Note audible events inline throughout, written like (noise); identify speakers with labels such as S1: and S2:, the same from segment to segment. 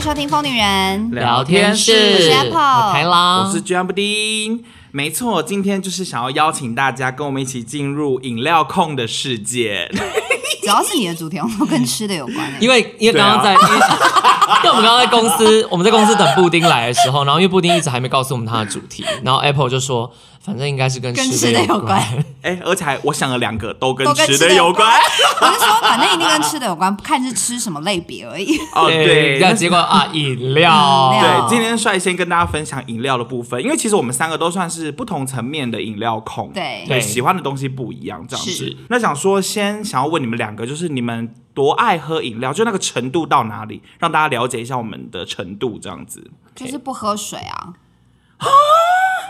S1: 收听《疯女人》，
S2: 聊天室
S1: 我是 Apple，
S2: 我开朗，
S3: 我是 Jam 布丁。没错，今天就是想要邀请大家跟我们一起进入饮料控的世界。 (laughs)
S1: 主要是你的主题，我们跟吃的有关、
S2: (laughs)
S1: 欸。
S2: 因为因为刚刚在，
S3: 啊
S2: (laughs) 因为因为我们刚刚在公司，我们在公司等布丁来的时候，然后因为布丁一直还没告诉我们他的主题，然后 Apple 就说，反正应该是跟
S1: 跟
S2: 吃
S1: 吃的
S2: 有
S1: 有关
S3: 哎、而且还我想了两个，都跟
S1: 都跟
S3: 吃
S1: 吃
S3: 的
S1: 的有
S3: 有关。
S1: 我是说，反正一定跟吃的有关，看是吃什么类别而已。
S3: (laughs) 哦，对，
S2: 然
S3: 那
S2: 后结果啊，饮料，
S1: 饮料
S3: 对，今天率先跟大家分享饮料的部分，因为其实我们三个都算是不同层面的饮料控，
S1: 对
S2: 对
S3: 喜欢的东西不一样，这样子
S2: 是。
S3: 那想说，先想要问你们两个，就是你们多爱喝饮料，就那个程度到哪里，让大家了解一下我们的程度，这样子。
S1: 就是不喝水啊，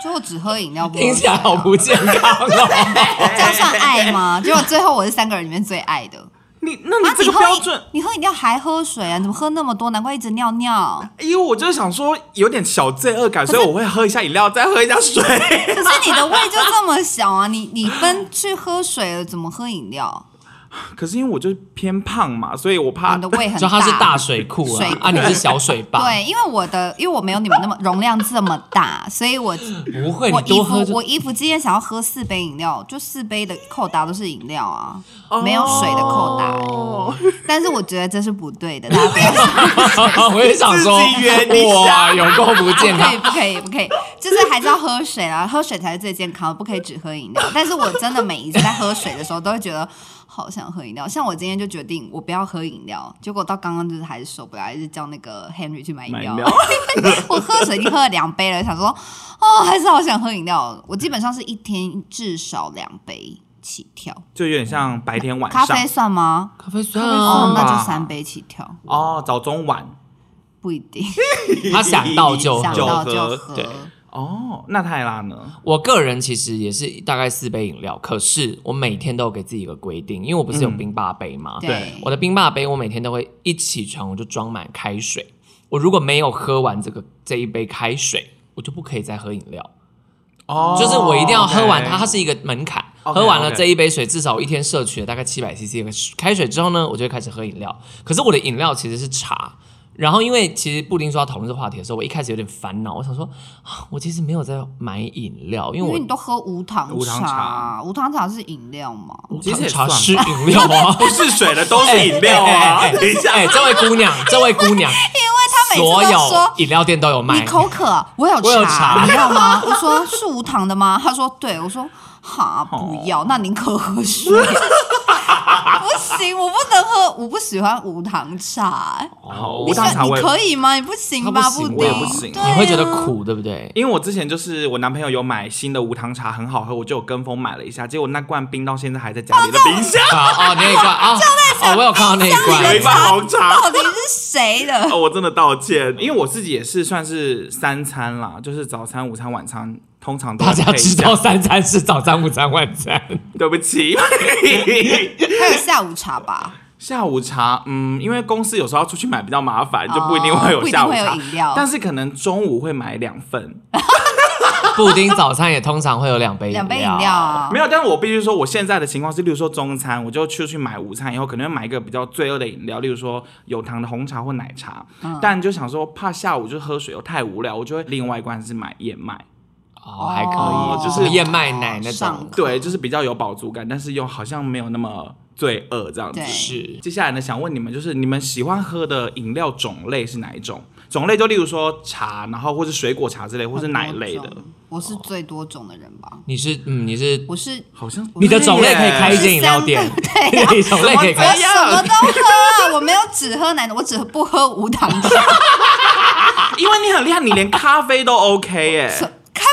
S1: 就我只喝饮料不喝水啊、
S2: 听起来好不健康哦。
S1: 这样算爱吗？结果最后我是三个人里面最爱的。
S3: 你那你
S1: 啊
S3: 这个
S1: 喝饮
S3: 标准，
S1: 你喝饮料还喝水啊？你怎么喝那么多？难怪一直尿尿。
S3: 因为我就是想说有点小罪恶感，所以我会喝一下饮料，再喝一下水。
S1: 可是你的胃就这么小啊？你你分去喝水了，怎么喝饮料？
S3: (laughs) 可是因为我就是偏胖嘛，所以我怕
S1: 你的胃很
S2: 就
S1: 大。
S2: 啊它是大水库啊
S1: 水，
S2: 啊，你是小水坝，
S1: 对，因为我的因为我没有你们那么容量这么大，所以我
S2: 不会，
S1: 我
S2: 你
S1: 衣
S2: 多喝
S1: 服
S2: 就
S1: 我衣服今天想要喝四杯饮料，就四杯的扣打都是饮料啊，
S2: 哦
S1: 没有水的扣打。
S3: 哦
S1: 但是我觉得这是不对的，大家不要想
S2: (laughs) 我也想说
S3: 自己约一，下
S2: 哇，有够不健康。
S1: 不可以，不可以，不可以，就是还是要喝水啦，喝水才是最健康的，不可以只喝饮料。但是我真的每一次在喝水的时候，都会觉得好想喝饮料。像我今天就决定我不要喝饮料，结果到刚刚就是还是受不了，还是叫那个 Henry 去买饮
S3: 买
S1: 料
S3: 饮。料
S1: (laughs) 我喝水已经喝了两杯了，想说哦，还是好想喝饮料。我基本上是一天至少两杯起跳，
S3: 就有点像白天晚
S1: 咖
S3: 上
S1: 啡算吗？
S2: 咖啡酸
S1: 哦，
S2: 啊，
S1: 那就三杯起跳，
S3: 哦，早中晚
S1: 不一定，
S2: 他想到就
S1: 想
S2: 喝。
S1: 到
S3: 哦就
S1: 就
S3: 喝
S1: 喝。
S2: 对
S3: 哦。那泰拉呢？
S2: 我个人其实也是大概四杯饮料，可是我每天都有给自己一个规定，因为我不是有冰霸杯吗？
S1: 对
S2: 我的冰霸杯，我每天都会一起床我就装满开水。我如果没有喝完这个这一杯开水，我就不可以再喝饮料。
S3: 哦
S2: 就是我一定要喝完它，它
S3: ，OK
S2: 是一个门槛。
S3: OK，
S2: 喝完了
S3: OK
S2: 这一杯水，至少我一天摄取了大概七百 CC 的开水之后呢，我就会开始喝饮料。可是我的饮料其实是茶。然后，因为其实布丁说要讨论这个话题的时候，我一开始有点烦恼，我想说，啊我其实没有在买饮料，因
S1: 因
S2: 为
S1: 为
S2: 我
S1: 你都喝无糖
S3: 无糖
S1: 茶，无糖茶是饮料吗？
S3: 其实也
S2: 茶
S3: 算吧
S2: 是饮料 (laughs) 啊，
S3: 不是水的都是饮料 (laughs) 啊。
S2: 哎哎哎
S3: 等一下，
S2: 哎，这位姑娘，这位姑
S1: 因
S2: 娘，
S1: 为
S2: 所
S1: (laughs) 他每次
S2: 有
S1: 都说
S2: 饮料店都有卖
S1: 你，口渴，我有
S2: 我有茶
S1: 你知道吗？我说是无糖的吗？他说对，我说哈
S3: 哦
S1: 不要，那宁可喝水。 (laughs) 不行，我不能喝，我不喜欢无糖茶。
S3: 好，哦
S2: 你
S3: 无糖茶
S1: 你
S3: 我也
S1: 可以吗？你不行吧，
S2: 他不行
S1: 布
S3: 我也
S1: 丁
S3: 不行
S1: 对啊
S2: 你会觉得苦，对不对？
S3: 因为我之前就是我男朋友有买新的无糖茶，很好喝，我就有跟风买了一下，结果那罐冰到现在还在家里的冰箱，
S2: 啊
S1: (laughs)
S2: 哦，那一罐啊，哦，我有看到那
S3: (laughs) (laughs)
S2: 一
S3: 有一
S2: 罐，
S3: 罐红茶。
S1: 到底是谁
S3: (laughs)
S1: 的？
S3: 哦，我真的道歉，因为我自己也是算是三餐啦，就是早餐、午餐、晚餐，通常都
S2: 大
S3: 会
S2: 家
S3: 配一
S2: 知
S3: 下
S2: 道，三餐是早餐、午餐、晚
S1: (laughs)
S2: 餐。
S3: 对不起。 (laughs)
S1: 还有下午茶吧？
S3: 下午茶，嗯，因为公司有时候要出去买比较麻烦，就不一定会
S1: 哦
S3: 有
S1: 不一定
S3: 下午
S1: 会有
S3: 茶，
S1: 饮料
S3: 但是可能中午会买两份，
S2: 布丁早餐也通常会有两杯
S1: 两杯饮料。啊
S3: 没。有，但是我必须说，我现在的情况是，例如说中餐，我就出去买午餐以后，可能会买一个比较罪恶的饮料，例如说有糖的红茶或奶茶。
S1: 嗯
S3: 但就想说，怕下午就喝水又太无聊，我就会另外一罐是买燕麦。
S2: 哦，还可以，
S3: 就是
S2: 什么燕麦奶那
S1: 上
S2: 种。
S1: 课
S3: 对，就是比较有饱足感，但是又好像没有那么罪恶这样子
S1: 对。
S2: 是
S3: 接下来呢，想问你们，就是你们喜欢喝的饮料种类是哪一种？种类就例如说茶，然后或是水果茶之类，或是奶类
S1: 很
S3: 的
S1: 多。种，我是最多种的人吧。
S2: 你是嗯，你是
S1: 我是
S3: 好像
S2: 你的种类可以开一间饮料店， (laughs) 你的种类可以
S1: 我
S2: 开。
S1: 什么都喝啊，我没有只喝奶，我只不喝无糖茶。
S3: 因为你很厉害，你连咖啡都 OK 耶、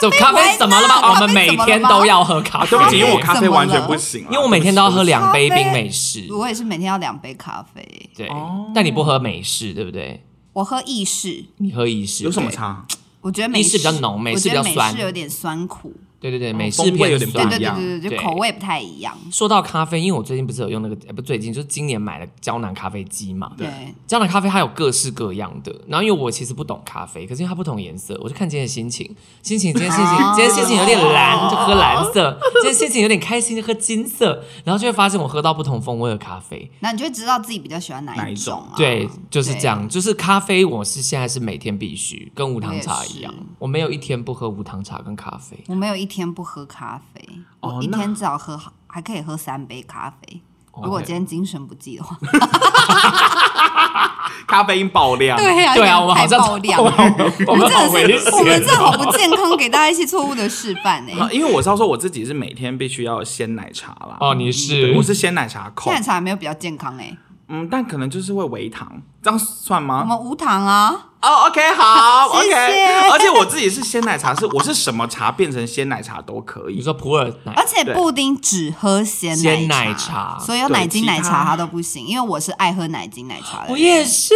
S2: 就咖啡怎么了吧？我们每天都要喝咖
S3: 啊，
S2: 啡。
S3: 对不起，因为我咖
S1: 怎
S3: 啡
S1: 么
S3: 完全
S1: 了
S3: 不行啊，
S2: 因为我每天都要喝
S3: 对不起
S2: 两杯冰美式。
S1: 我也是每天要两杯咖啡，
S2: 对
S3: 哦，
S2: 但你不喝美式，对不对？
S1: 我喝意式，
S2: 你喝意式
S3: 有什么？差？
S1: 我觉得美
S2: 意式比较浓美式比较
S1: 我
S2: 酸
S1: 觉得美式有点酸苦，
S2: 对对对，
S3: 哦
S2: 美式
S3: 风味
S2: 偏
S3: 有点不
S1: 对
S2: 酸
S3: 一
S1: 对
S3: 样
S1: 对对对，
S2: 对
S1: 就口味不太一样。
S2: 说到咖啡，因为我最近不是有用那个，呃不，最近就是今年买了胶囊咖啡机嘛。
S1: 对，
S2: 胶囊咖啡它有各式各样的，然后因为我其实不懂咖啡，可是因为它不同颜色，我就看今天的心情，心情今天心情，
S1: 哦
S2: 今天心情有点蓝，就喝蓝色；今天心情有点开心，就喝金色，然后就会发现我喝到不同风味的咖啡。
S1: 那你就会知道自己比较喜欢哪
S3: 哪
S1: 一
S3: 一
S1: 种啊？
S2: 对，就是
S1: 对
S2: 这样。就是咖啡，我是现在是每天必须，跟无糖茶一
S1: 我也
S2: 样
S1: 是，
S2: 我没有一天不喝无糖茶跟咖啡。
S1: 我没有一天不喝咖啡，
S3: 哦
S1: 我一
S3: 那
S1: 天至少喝好，还可以喝三杯咖啡。如果
S2: OK
S1: 今天精神不济的话，
S3: 咖啡因爆量，
S1: 对呀，
S2: 对啊，我们好
S1: 太
S2: 像
S1: 爆量
S2: 我
S1: 了。
S2: 们我们
S1: 真
S2: 好危
S1: 的是，我们
S2: 险
S1: 这好不健康，给大家一些错误的示范哎、
S3: 啊因为我是要说我自己是每天必须要鲜奶茶啦。
S2: 哦，你是
S3: 我是鲜奶茶控
S1: 现在，茶没有比较健康哎、
S3: 嗯，但可能就是会微糖，这样算
S1: 我
S3: 吗？
S1: 们无糖啊，
S3: 哦，OK，好
S1: 谢谢
S3: ，OK，而且 (laughs) 我自己是鲜奶茶，是我是什么茶变成鲜奶茶都可
S2: 你
S3: 以。
S2: 说普洱奶
S1: 而且布丁只喝鲜奶
S2: 鲜奶茶
S1: 所以有奶精
S3: 对
S1: 奶
S3: 其
S1: 茶
S3: 他
S1: 他都不行，因为我是爱喝奶精奶茶的
S2: 我
S1: 人。
S2: 也是，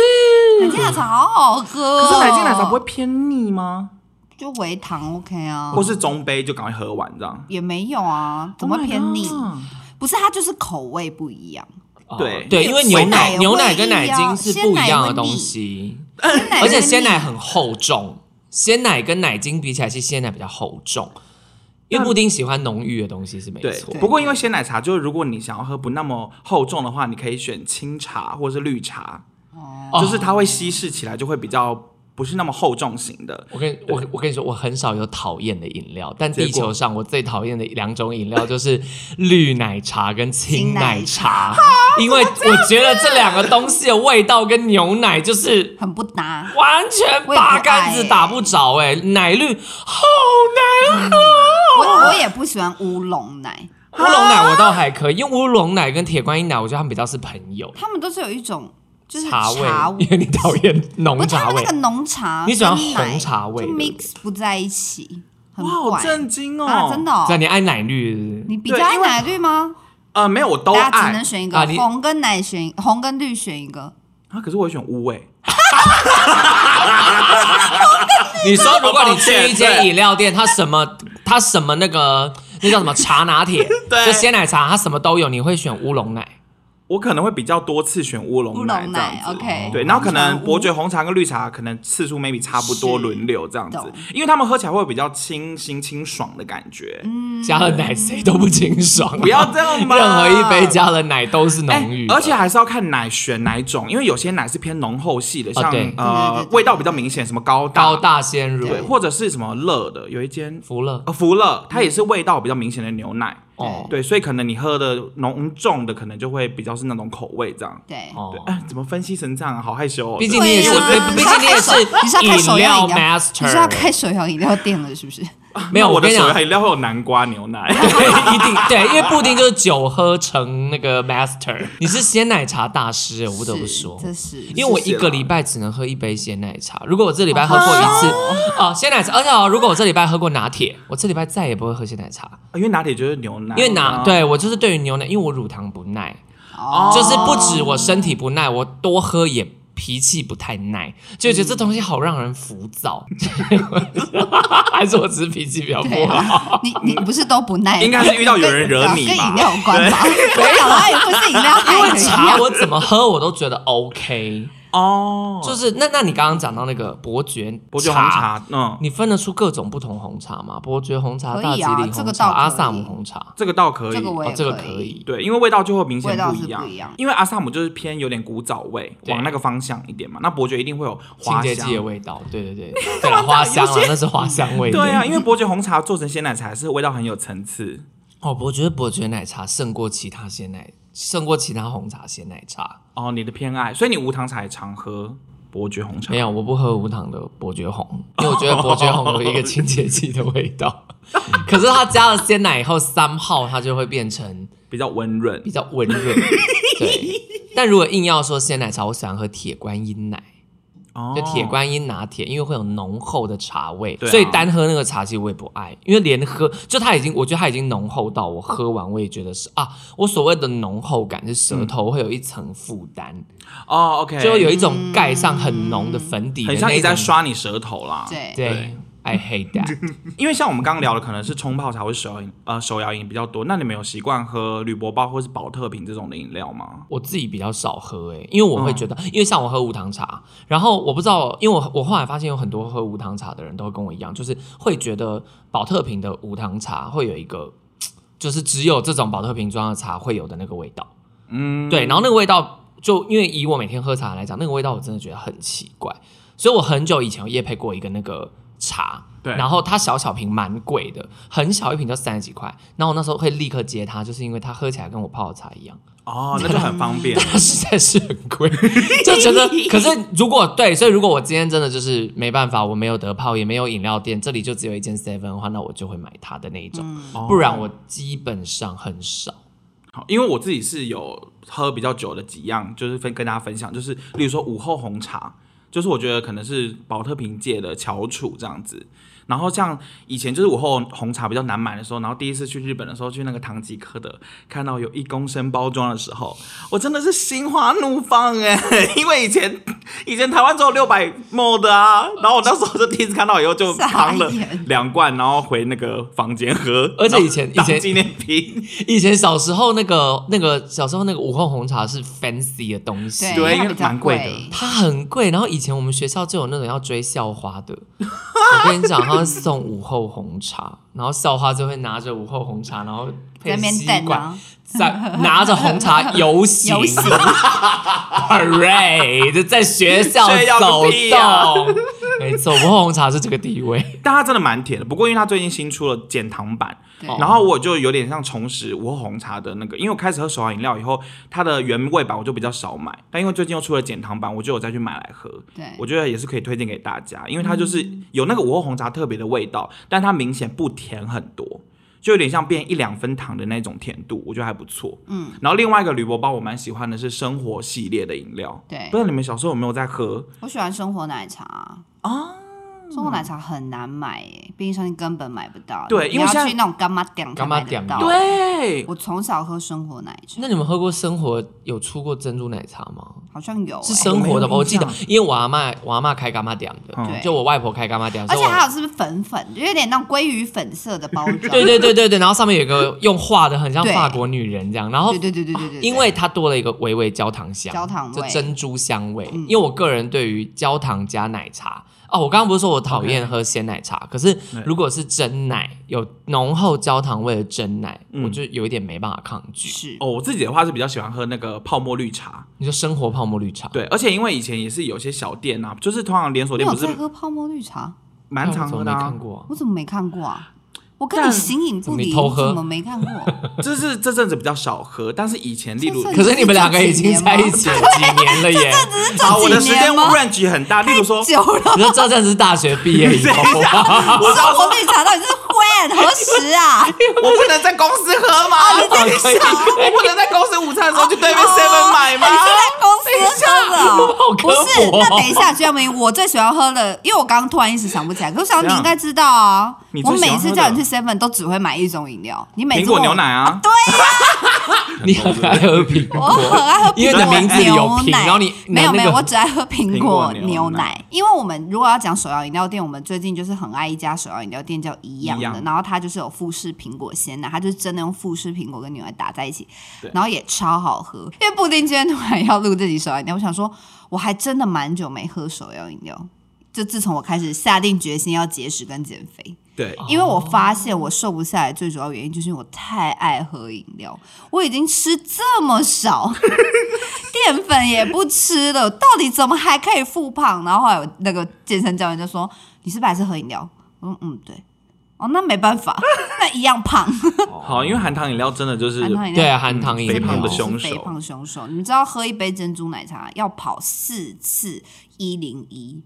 S1: 奶精奶茶好好喝、哦，
S3: 可是奶精奶茶不会偏腻吗？
S1: 就微糖 OK 啊，
S3: 或是中杯就赶快喝完这样？
S1: 也没有啊，怎么
S3: Oh my
S1: 偏腻
S3: god
S1: 不是，它就是口味不一样，
S2: 哦
S3: 对
S2: 对，因为牛
S1: 鲜奶
S2: 奶
S1: 也
S2: 牛
S1: 会
S2: 奶跟奶
S1: 腻啊
S2: 精是
S1: 鲜
S2: 不
S1: 奶
S2: 一样的
S1: 会
S2: 东
S1: 腻鲜
S2: 西，
S1: 奶
S2: (laughs) 而且
S1: 会
S2: 鲜
S1: 腻
S2: 奶很厚重，鲜奶跟奶精比起来，其实鲜奶比较厚重。因为
S1: 嗯
S2: 布丁喜欢浓郁的东西是没
S3: 对
S2: 错，，
S3: 不过因为鲜奶茶，就是如果你想要喝不那么厚重的话，你可以选清茶或是绿茶，
S2: 哦
S3: 就是它会稀释起来就会比较不是那么厚重型的。
S2: 我跟我我跟你说，我很少有讨厌的饮料，但地
S3: 结果
S2: 球上我最讨厌的两种饮料就是绿奶茶跟青奶茶， (laughs) 因为我觉得这两个东西的味道跟牛奶就是
S1: 很不搭。
S2: 完全八竿
S1: 我也
S2: 子
S1: 不爱
S2: 打不着哎、奶绿好难喝。
S1: 我我也不喜欢乌龙奶，
S2: (laughs) 乌龙奶我倒还可以，因为乌龙奶跟铁观音奶，我觉得他们比较是朋友，
S1: 他们都是有一种就是
S2: 茶味，
S1: 味
S2: (laughs) 因为你讨厌
S1: 不
S2: 浓
S1: 是他
S2: 茶
S1: 们
S2: 味
S1: 那个。浓茶，
S2: 你喜欢
S1: 跟奶
S2: 红茶味
S1: 就
S2: 对不
S1: mix 不在一起，很
S3: 哇，好
S1: 怪
S3: 震惊哦！
S1: 啊！真的、
S2: 对，
S1: 哦，
S2: 你爱奶绿
S1: 你比较爱奶绿吗？
S3: 呃，没有，我都
S1: 大家只能
S3: 爱
S1: 选一
S2: 啊
S1: 个，
S2: 你
S1: 红跟奶选，红跟绿选一个。
S3: 啊，可是我会选乌味。
S2: 你说，如果你
S3: 抱
S2: 去
S3: 歉
S2: 一间饮料店，它什么它什么那个那叫什么茶拿铁，
S3: (laughs) 对
S2: 就鲜奶茶，它什么都有，你会选乌龙奶。
S3: 我可能会比较多次选乌
S1: 乌
S3: 龙
S1: 龙
S3: 奶这
S1: 奶
S3: 样子
S1: ，OK
S3: 对，然后可能
S1: 红茶乌
S3: 伯爵红茶跟绿茶可能次数 maybe 差不多
S1: 是
S3: 轮流这样子
S1: 懂，
S3: 因为他们喝起来会比较清新清爽的感觉。
S1: 嗯
S2: 加了奶谁都不清爽，
S3: 不要这样嘛，
S2: (laughs) 任何一杯加了奶都是
S3: 哎
S2: 浓郁的，
S3: 而且还是要看奶选哪一种，因为有些奶是偏浓厚系的，像、
S2: 哦对
S1: 对对
S3: 呃
S1: 对对
S3: 味道比较明显，什么高大
S2: 高大鲜乳
S3: 对，或者是什么乐的，有一间
S2: 服了
S3: 呃福乐，它也是味道比较明显的牛奶。
S2: 哦
S3: 对，所以可能你喝的浓重的，可能就会比较是那种口味这样。
S1: 对，
S3: 对，
S2: 哦。
S3: 哎，怎么分析成这样啊？好害羞、哦。
S2: 毕竟你也是，
S1: 对啊
S2: 毕毕竟你也
S1: 你是要开
S2: 是
S1: 手
S2: 饮
S1: 摇
S2: 料
S1: 饮料，你是要开
S2: master，
S1: 手摇饮料店了是不是？
S2: 没有
S3: 那我的
S2: 跟你
S3: 手
S2: 讲 (laughs)
S3: 摇，饮料会有南瓜牛奶。
S1: 啊
S2: 对，一定对，因为布丁就是酒喝成那个 master，你是鲜奶茶大师，我不得不
S1: 是
S2: 说，
S1: 这是
S2: 因为我一个礼拜只能喝一杯鲜奶茶。如果我这礼拜喝过一次，哦，鲜奶茶，而且哦，如果我这礼拜喝过拿铁，我这礼拜再也不会喝鲜奶茶，
S3: 因为拿铁就是牛奶，
S2: 因为拿
S3: 啊，
S2: 对我就是对于牛奶，因为我乳糖不耐，
S1: 哦
S2: 就是不止我身体不耐，我多喝也。脾气不太耐，就觉得这东西好让人浮躁，还是我只是脾气比较
S1: 对
S2: 不好？
S1: 啊，你你不是都不耐，
S3: 应该是遇到有人惹你
S1: 跟
S3: 吧
S1: 饮料有关吧？没有啊，也不是饮料，因为
S2: 茶我怎么喝我都觉得 OK，
S3: 哦，
S2: 就是那那你刚刚讲到那个伯爵
S3: 伯爵红，茶，嗯，
S2: 你分得出各种不同红茶吗？伯爵红茶、
S1: 可以
S2: 大
S1: 啊
S2: 吉岭
S1: 这
S2: 红
S1: 个
S2: 茶、
S1: 倒可以
S2: 阿萨姆红茶，
S3: 这个倒可以，
S1: 这个我也
S2: 哦，这个
S1: 可
S2: 可
S1: 以
S2: 以。
S3: 对，因为味道就会明显
S1: 味道
S3: 不
S1: 是
S3: 一样，
S1: 不一样
S3: 因为阿萨姆就是偏有点古早味，
S2: 对
S3: 往那个方向一点嘛。那伯爵一定会有
S2: 清
S3: 花
S2: 洁剂的
S3: 香。
S2: 味道，对
S1: (laughs)
S2: 对对，对啦花香了，那是花
S1: 嗯
S2: 香味。
S3: 对啊，，因为伯爵红茶做成鲜奶茶是味道很有层次。
S2: 哦，伯爵伯爵奶茶胜过其他鲜奶，胜过其他红茶鲜奶茶。
S3: 哦，你的偏爱，所以你无糖茶也常喝伯爵红茶
S2: 没。有，我不喝无糖的伯爵红，因为我觉得伯爵红有一个清洁剂的味
S1: (laughs)
S2: 道。可是它加了鲜奶以后，三号它就会变成
S3: 比较温润
S2: 比较温润。
S1: (laughs)
S2: 对，但如果硬要说鲜奶茶，我喜欢喝铁观音奶，
S3: 哦，
S2: 就铁观音拿铁，因为会有浓厚的茶味，
S3: 对啊
S2: 所以单喝那个茶其实我也不爱，因为连喝就它已经，我觉得它已经浓厚到我喝完我也觉得是啊，我所谓的浓厚感是舌
S3: 嗯
S2: 头会有一层负担，
S3: 哦，OK，
S2: 就有一种盖上很浓的粉底的
S3: 很
S2: 那
S3: 像你
S2: 种
S3: 在，刷你舌头啦。，
S1: 对，
S2: 对，I hate that，
S3: 因为像我们刚刚聊的，可能是冲泡茶或是手摇饮，呃，手摇饮比较多。那你们有习惯喝铝箔包或是宝特瓶这种的饮料吗？
S2: 我自己比较少喝诶、欸因为我会
S3: 嗯
S2: 觉得，因为像我喝无糖茶，然后我不知道，因为我我后来发现有很多喝无糖茶的人都跟我一样，就是会觉得宝特瓶的无糖茶会有一个。就是只有这种保特瓶装的茶会有的那个味道。
S3: 嗯，
S2: 对，然后那个味道就因为以我每天喝茶来讲，那个味道我真的觉得很奇怪，所以我很久以前有夜配过一个那个茶，
S3: 对
S2: 然后它小小瓶蛮贵的，很小一瓶就三十几块，然后我那时候会立刻接它，就是因为它喝起来跟我泡的茶一样，
S3: 哦，那就很方 (laughs) 便。
S2: 它实在是很贵，就觉
S1: (laughs)
S2: 得。可是如果对，所以如果我今天真的就是没办法，我没有得泡，也没有饮料店，这里就只有一间 seven 的话，那我就会买它的那一种，
S1: 嗯
S3: 哦
S2: 不然我基本上很少。
S3: 好，因为我自己是有喝比较久的几样，就是分跟大家分享，就是例如说午后红茶，就是我觉得可能是保特瓶界的翘楚这样子。然后像以前就是午后红茶比较难买的时候，然后第一次去日本的时候，去那个唐吉诃德看到有一公升包装的时候，我真的是心花怒放哎、 (laughs) 因为以前以前台湾只有六百 ml 的啊，然后我那时候就第一次看到以后就
S1: 傻
S3: 扛了
S1: 眼
S3: 两罐，然后回那个房间喝，
S2: 而且以前
S3: 然后当
S2: 以前
S3: 纪念品。
S2: 以前小时候那个那个小时候那个午后红茶是 fancy 的东西，
S1: 对，
S3: 对
S1: 因为它
S3: 因
S1: 比
S3: 为
S1: 较
S3: 蛮贵的
S1: 贵
S2: 它很贵。然后以前我们学校就有那种要追校花的，我跟你讲，他们送午后红茶，然后校花就会拿着午后红茶，然后
S1: 在
S2: 配
S1: 那边
S2: 吸
S1: 等
S2: 管，
S1: 啊，
S2: 在拿着红茶游行，
S1: 游行
S2: ，hooray，就在学校
S3: 炫耀
S2: 走
S3: 个屁啊
S2: 动。没错，午后红茶是这个地位，
S3: 但它真的蛮甜的。不过因为它最近新出了减糖版，
S1: 对
S3: 然后我就有点像重拾午后红茶的那个，因为我开始喝手摇饮料以后，它的原味版我就比较少买，但因为最近又出了减糖版，我就有再去买来喝。
S1: 对嗯
S3: 我觉得也是可以推荐给大家，因为它就是有那个午后红茶特别的味道，但它明显不甜很多。就有点像变一两分糖的那种甜度，我觉得还不错。嗯，然后另外一个铝箔包我蛮喜欢的是生活系列的饮料，
S1: 对
S3: 不知道你们小时候有没有在喝？
S1: 我喜欢生活奶茶啊。
S3: 哦
S1: 生活奶茶很难买耶，便利商店根本买不到。
S3: 对
S1: 你
S3: 因为
S1: 要
S3: 现在
S1: 去那种干妈店才
S2: 干妈
S1: 买得
S2: 店
S1: 到。
S2: 有
S3: 对，
S1: 我从小喝生活奶茶，
S2: (laughs) 那你们喝过生活有出过珍珠奶茶吗？
S1: 好像有耶欸
S2: 是生活的
S3: 我没
S2: 吧？
S3: 有
S2: 我
S3: 印
S2: 记
S3: 象
S2: 得，因为我阿妈我阿妈开干妈店的
S1: 对，
S2: 嗯就我外婆开干妈店，
S1: 嗯而且
S2: 所以我
S1: 它有是不是粉粉，就有点那种鲑鱼粉色的包装。
S2: 对对对对对，然后上面有一个用画的很像
S1: 对
S2: 法国女人这样，然后
S1: 对对对对对嗯对，
S2: 哦因为它多了一个微微焦糖香，
S1: 焦糖味嗯
S2: 就珍珠香味。因为我个人对于焦糖加奶茶，哦，我刚刚不是说我讨厌喝鲜奶茶，可是如果是真奶有浓厚焦糖味的真奶，
S3: 嗯
S2: 我就有一点没办法抗拒。
S1: 是
S3: 哦，我自己的话是比较喜欢喝那个泡沫绿茶，
S2: 你说生活泡沫绿茶，
S3: 对，而且因为以前也是有些小店啊，就是通常连锁
S1: 你
S3: 店
S1: 有
S3: 不
S1: 在
S3: 是
S1: 喝泡沫绿茶？
S3: 蛮常喝
S2: 我没
S3: 的、啊
S2: 看，过啊。
S1: 我怎么没看过啊？我跟
S3: 但
S1: 你形影不离，
S2: 你偷喝
S1: 你怎么没看
S2: (laughs)
S1: 过？
S3: 就是这阵子比较少喝，但是以前例如
S1: 这阵子
S2: 可是你们两个已经在一起了几年了
S1: (laughs)
S2: 耶？
S3: 好，我的
S1: 几
S3: 时
S1: 年
S3: 间
S1: 吗
S3: range 很大，例如说，
S1: 久了，
S2: 你说这阵是大学毕业以后
S1: (laughs)
S2: 啊，
S1: 我生活绿茶到底是 when 何时啊？
S3: 我不能在公司喝吗？
S1: 哦
S2: 在想
S3: 我不能在公司午餐的时候去对面 seven 买吗
S1: 哎你？是在公司喝的
S3: (laughs)
S1: 哦、
S2: 好
S1: 不
S2: 刻
S1: 是，
S2: 薄哦
S1: 那等一下，居然没我最喜欢喝的，因为我刚刚突然一时想不起来，可是我想你应该知道啊
S3: (laughs) 你。
S1: 我
S3: 最喜欢
S1: 每
S3: 喝的
S1: 次叫你去 Seven 都只会买一种饮料，你每
S3: 苹
S1: 次问
S3: 果
S1: 我哦
S3: 牛奶，啊，
S2: (laughs) 你很爱喝苹
S1: 我
S2: 果，
S1: 很哦爱喝
S2: 因
S1: 苹果
S2: 为你名字里有
S1: 牛
S2: 苹，
S1: 奶。
S2: 然后你
S1: 没有
S2: 那
S1: 没
S2: 个
S1: 有，我只爱喝苹
S3: 苹果牛
S1: 牛
S3: 奶
S1: 奶，因为我们如果要讲手摇饮料店，我们最近就是很爱一家手摇饮料店叫一样
S3: 一
S1: 的，
S3: 样
S1: 然后它就是有富士苹果鲜奶，它就是真的用富士苹果跟牛奶打在一起
S3: 对，
S1: 然后也超好喝。因为布丁今天突然要录这集手摇饮料，我想说我还真的蛮久没喝手摇饮料。就自从我开始下定决心要节食跟减肥，
S3: 对，
S1: 因为我发
S3: 哦
S1: 现我瘦不下来，最主要原因就是因为我太爱喝饮料，我已经吃这么少， (laughs) 淀粉也不吃了，到底怎么还可以复胖？然后后来我那个健身教练就说：“你是不是还是喝饮料？”我说：“嗯，对。”哦，那没办法， (laughs) 那一样胖。
S2: 哦
S3: 好，因为含糖饮料真的就是
S1: 含糖饮料
S2: (laughs) 对啊，含糖饮
S1: 真
S3: (laughs) 肥
S1: 的
S3: 胖的
S1: 是
S3: 凶
S1: 肥
S3: 手
S1: 胖凶手。你们知道喝一杯珍珠奶茶要跑四次一零一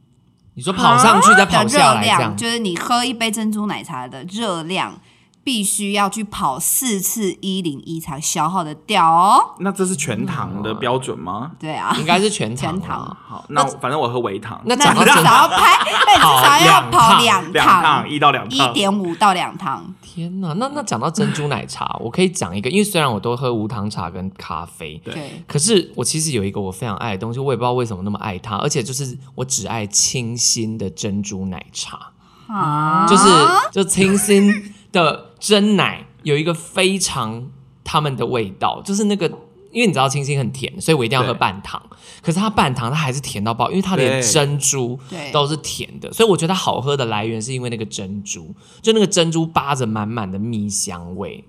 S2: 你说跑上去再跑
S1: 的
S2: 下
S1: 热
S2: 来这样
S1: 量，，就是你喝一杯珍珠奶茶的热量必须要去跑四次一零一才消耗得掉哦。
S3: 那这是全糖
S2: 嗯
S3: 的标准吗？
S1: 对啊，
S2: 应该是全糖啊。
S1: 全糖
S3: 好，那我反正我喝微糖，
S2: 那
S1: 那
S2: 讲
S1: 你
S2: 到
S1: 至
S2: 这
S1: 少要拍，那你至少要跑
S2: 跑
S1: 两
S3: 两
S1: 趟
S3: 趟，一到两
S1: 一
S3: 趟，
S1: 点五到两趟。
S2: 天哪，那那讲到珍珠奶茶，我可以讲一个，因为虽然我都喝无糖茶跟咖啡，
S3: 对
S1: 对，
S2: 可是我其实有一个我非常爱的东西，我也不知道为什么那么爱它，而且就是我只爱清新的珍珠奶茶，
S1: 啊，
S2: 就是就清新的真奶有一个非常他们的味道，就是那个。因为你知道清新很甜，所以我一定要喝
S3: 对
S2: 半糖。可是它半糖它还是甜到爆，因为它连
S3: 对
S2: 珍珠
S1: 对
S2: 都是甜的，所以我觉得它好喝的来源是因为那个珍珠，就那个珍珠扒着满满的蜜香味，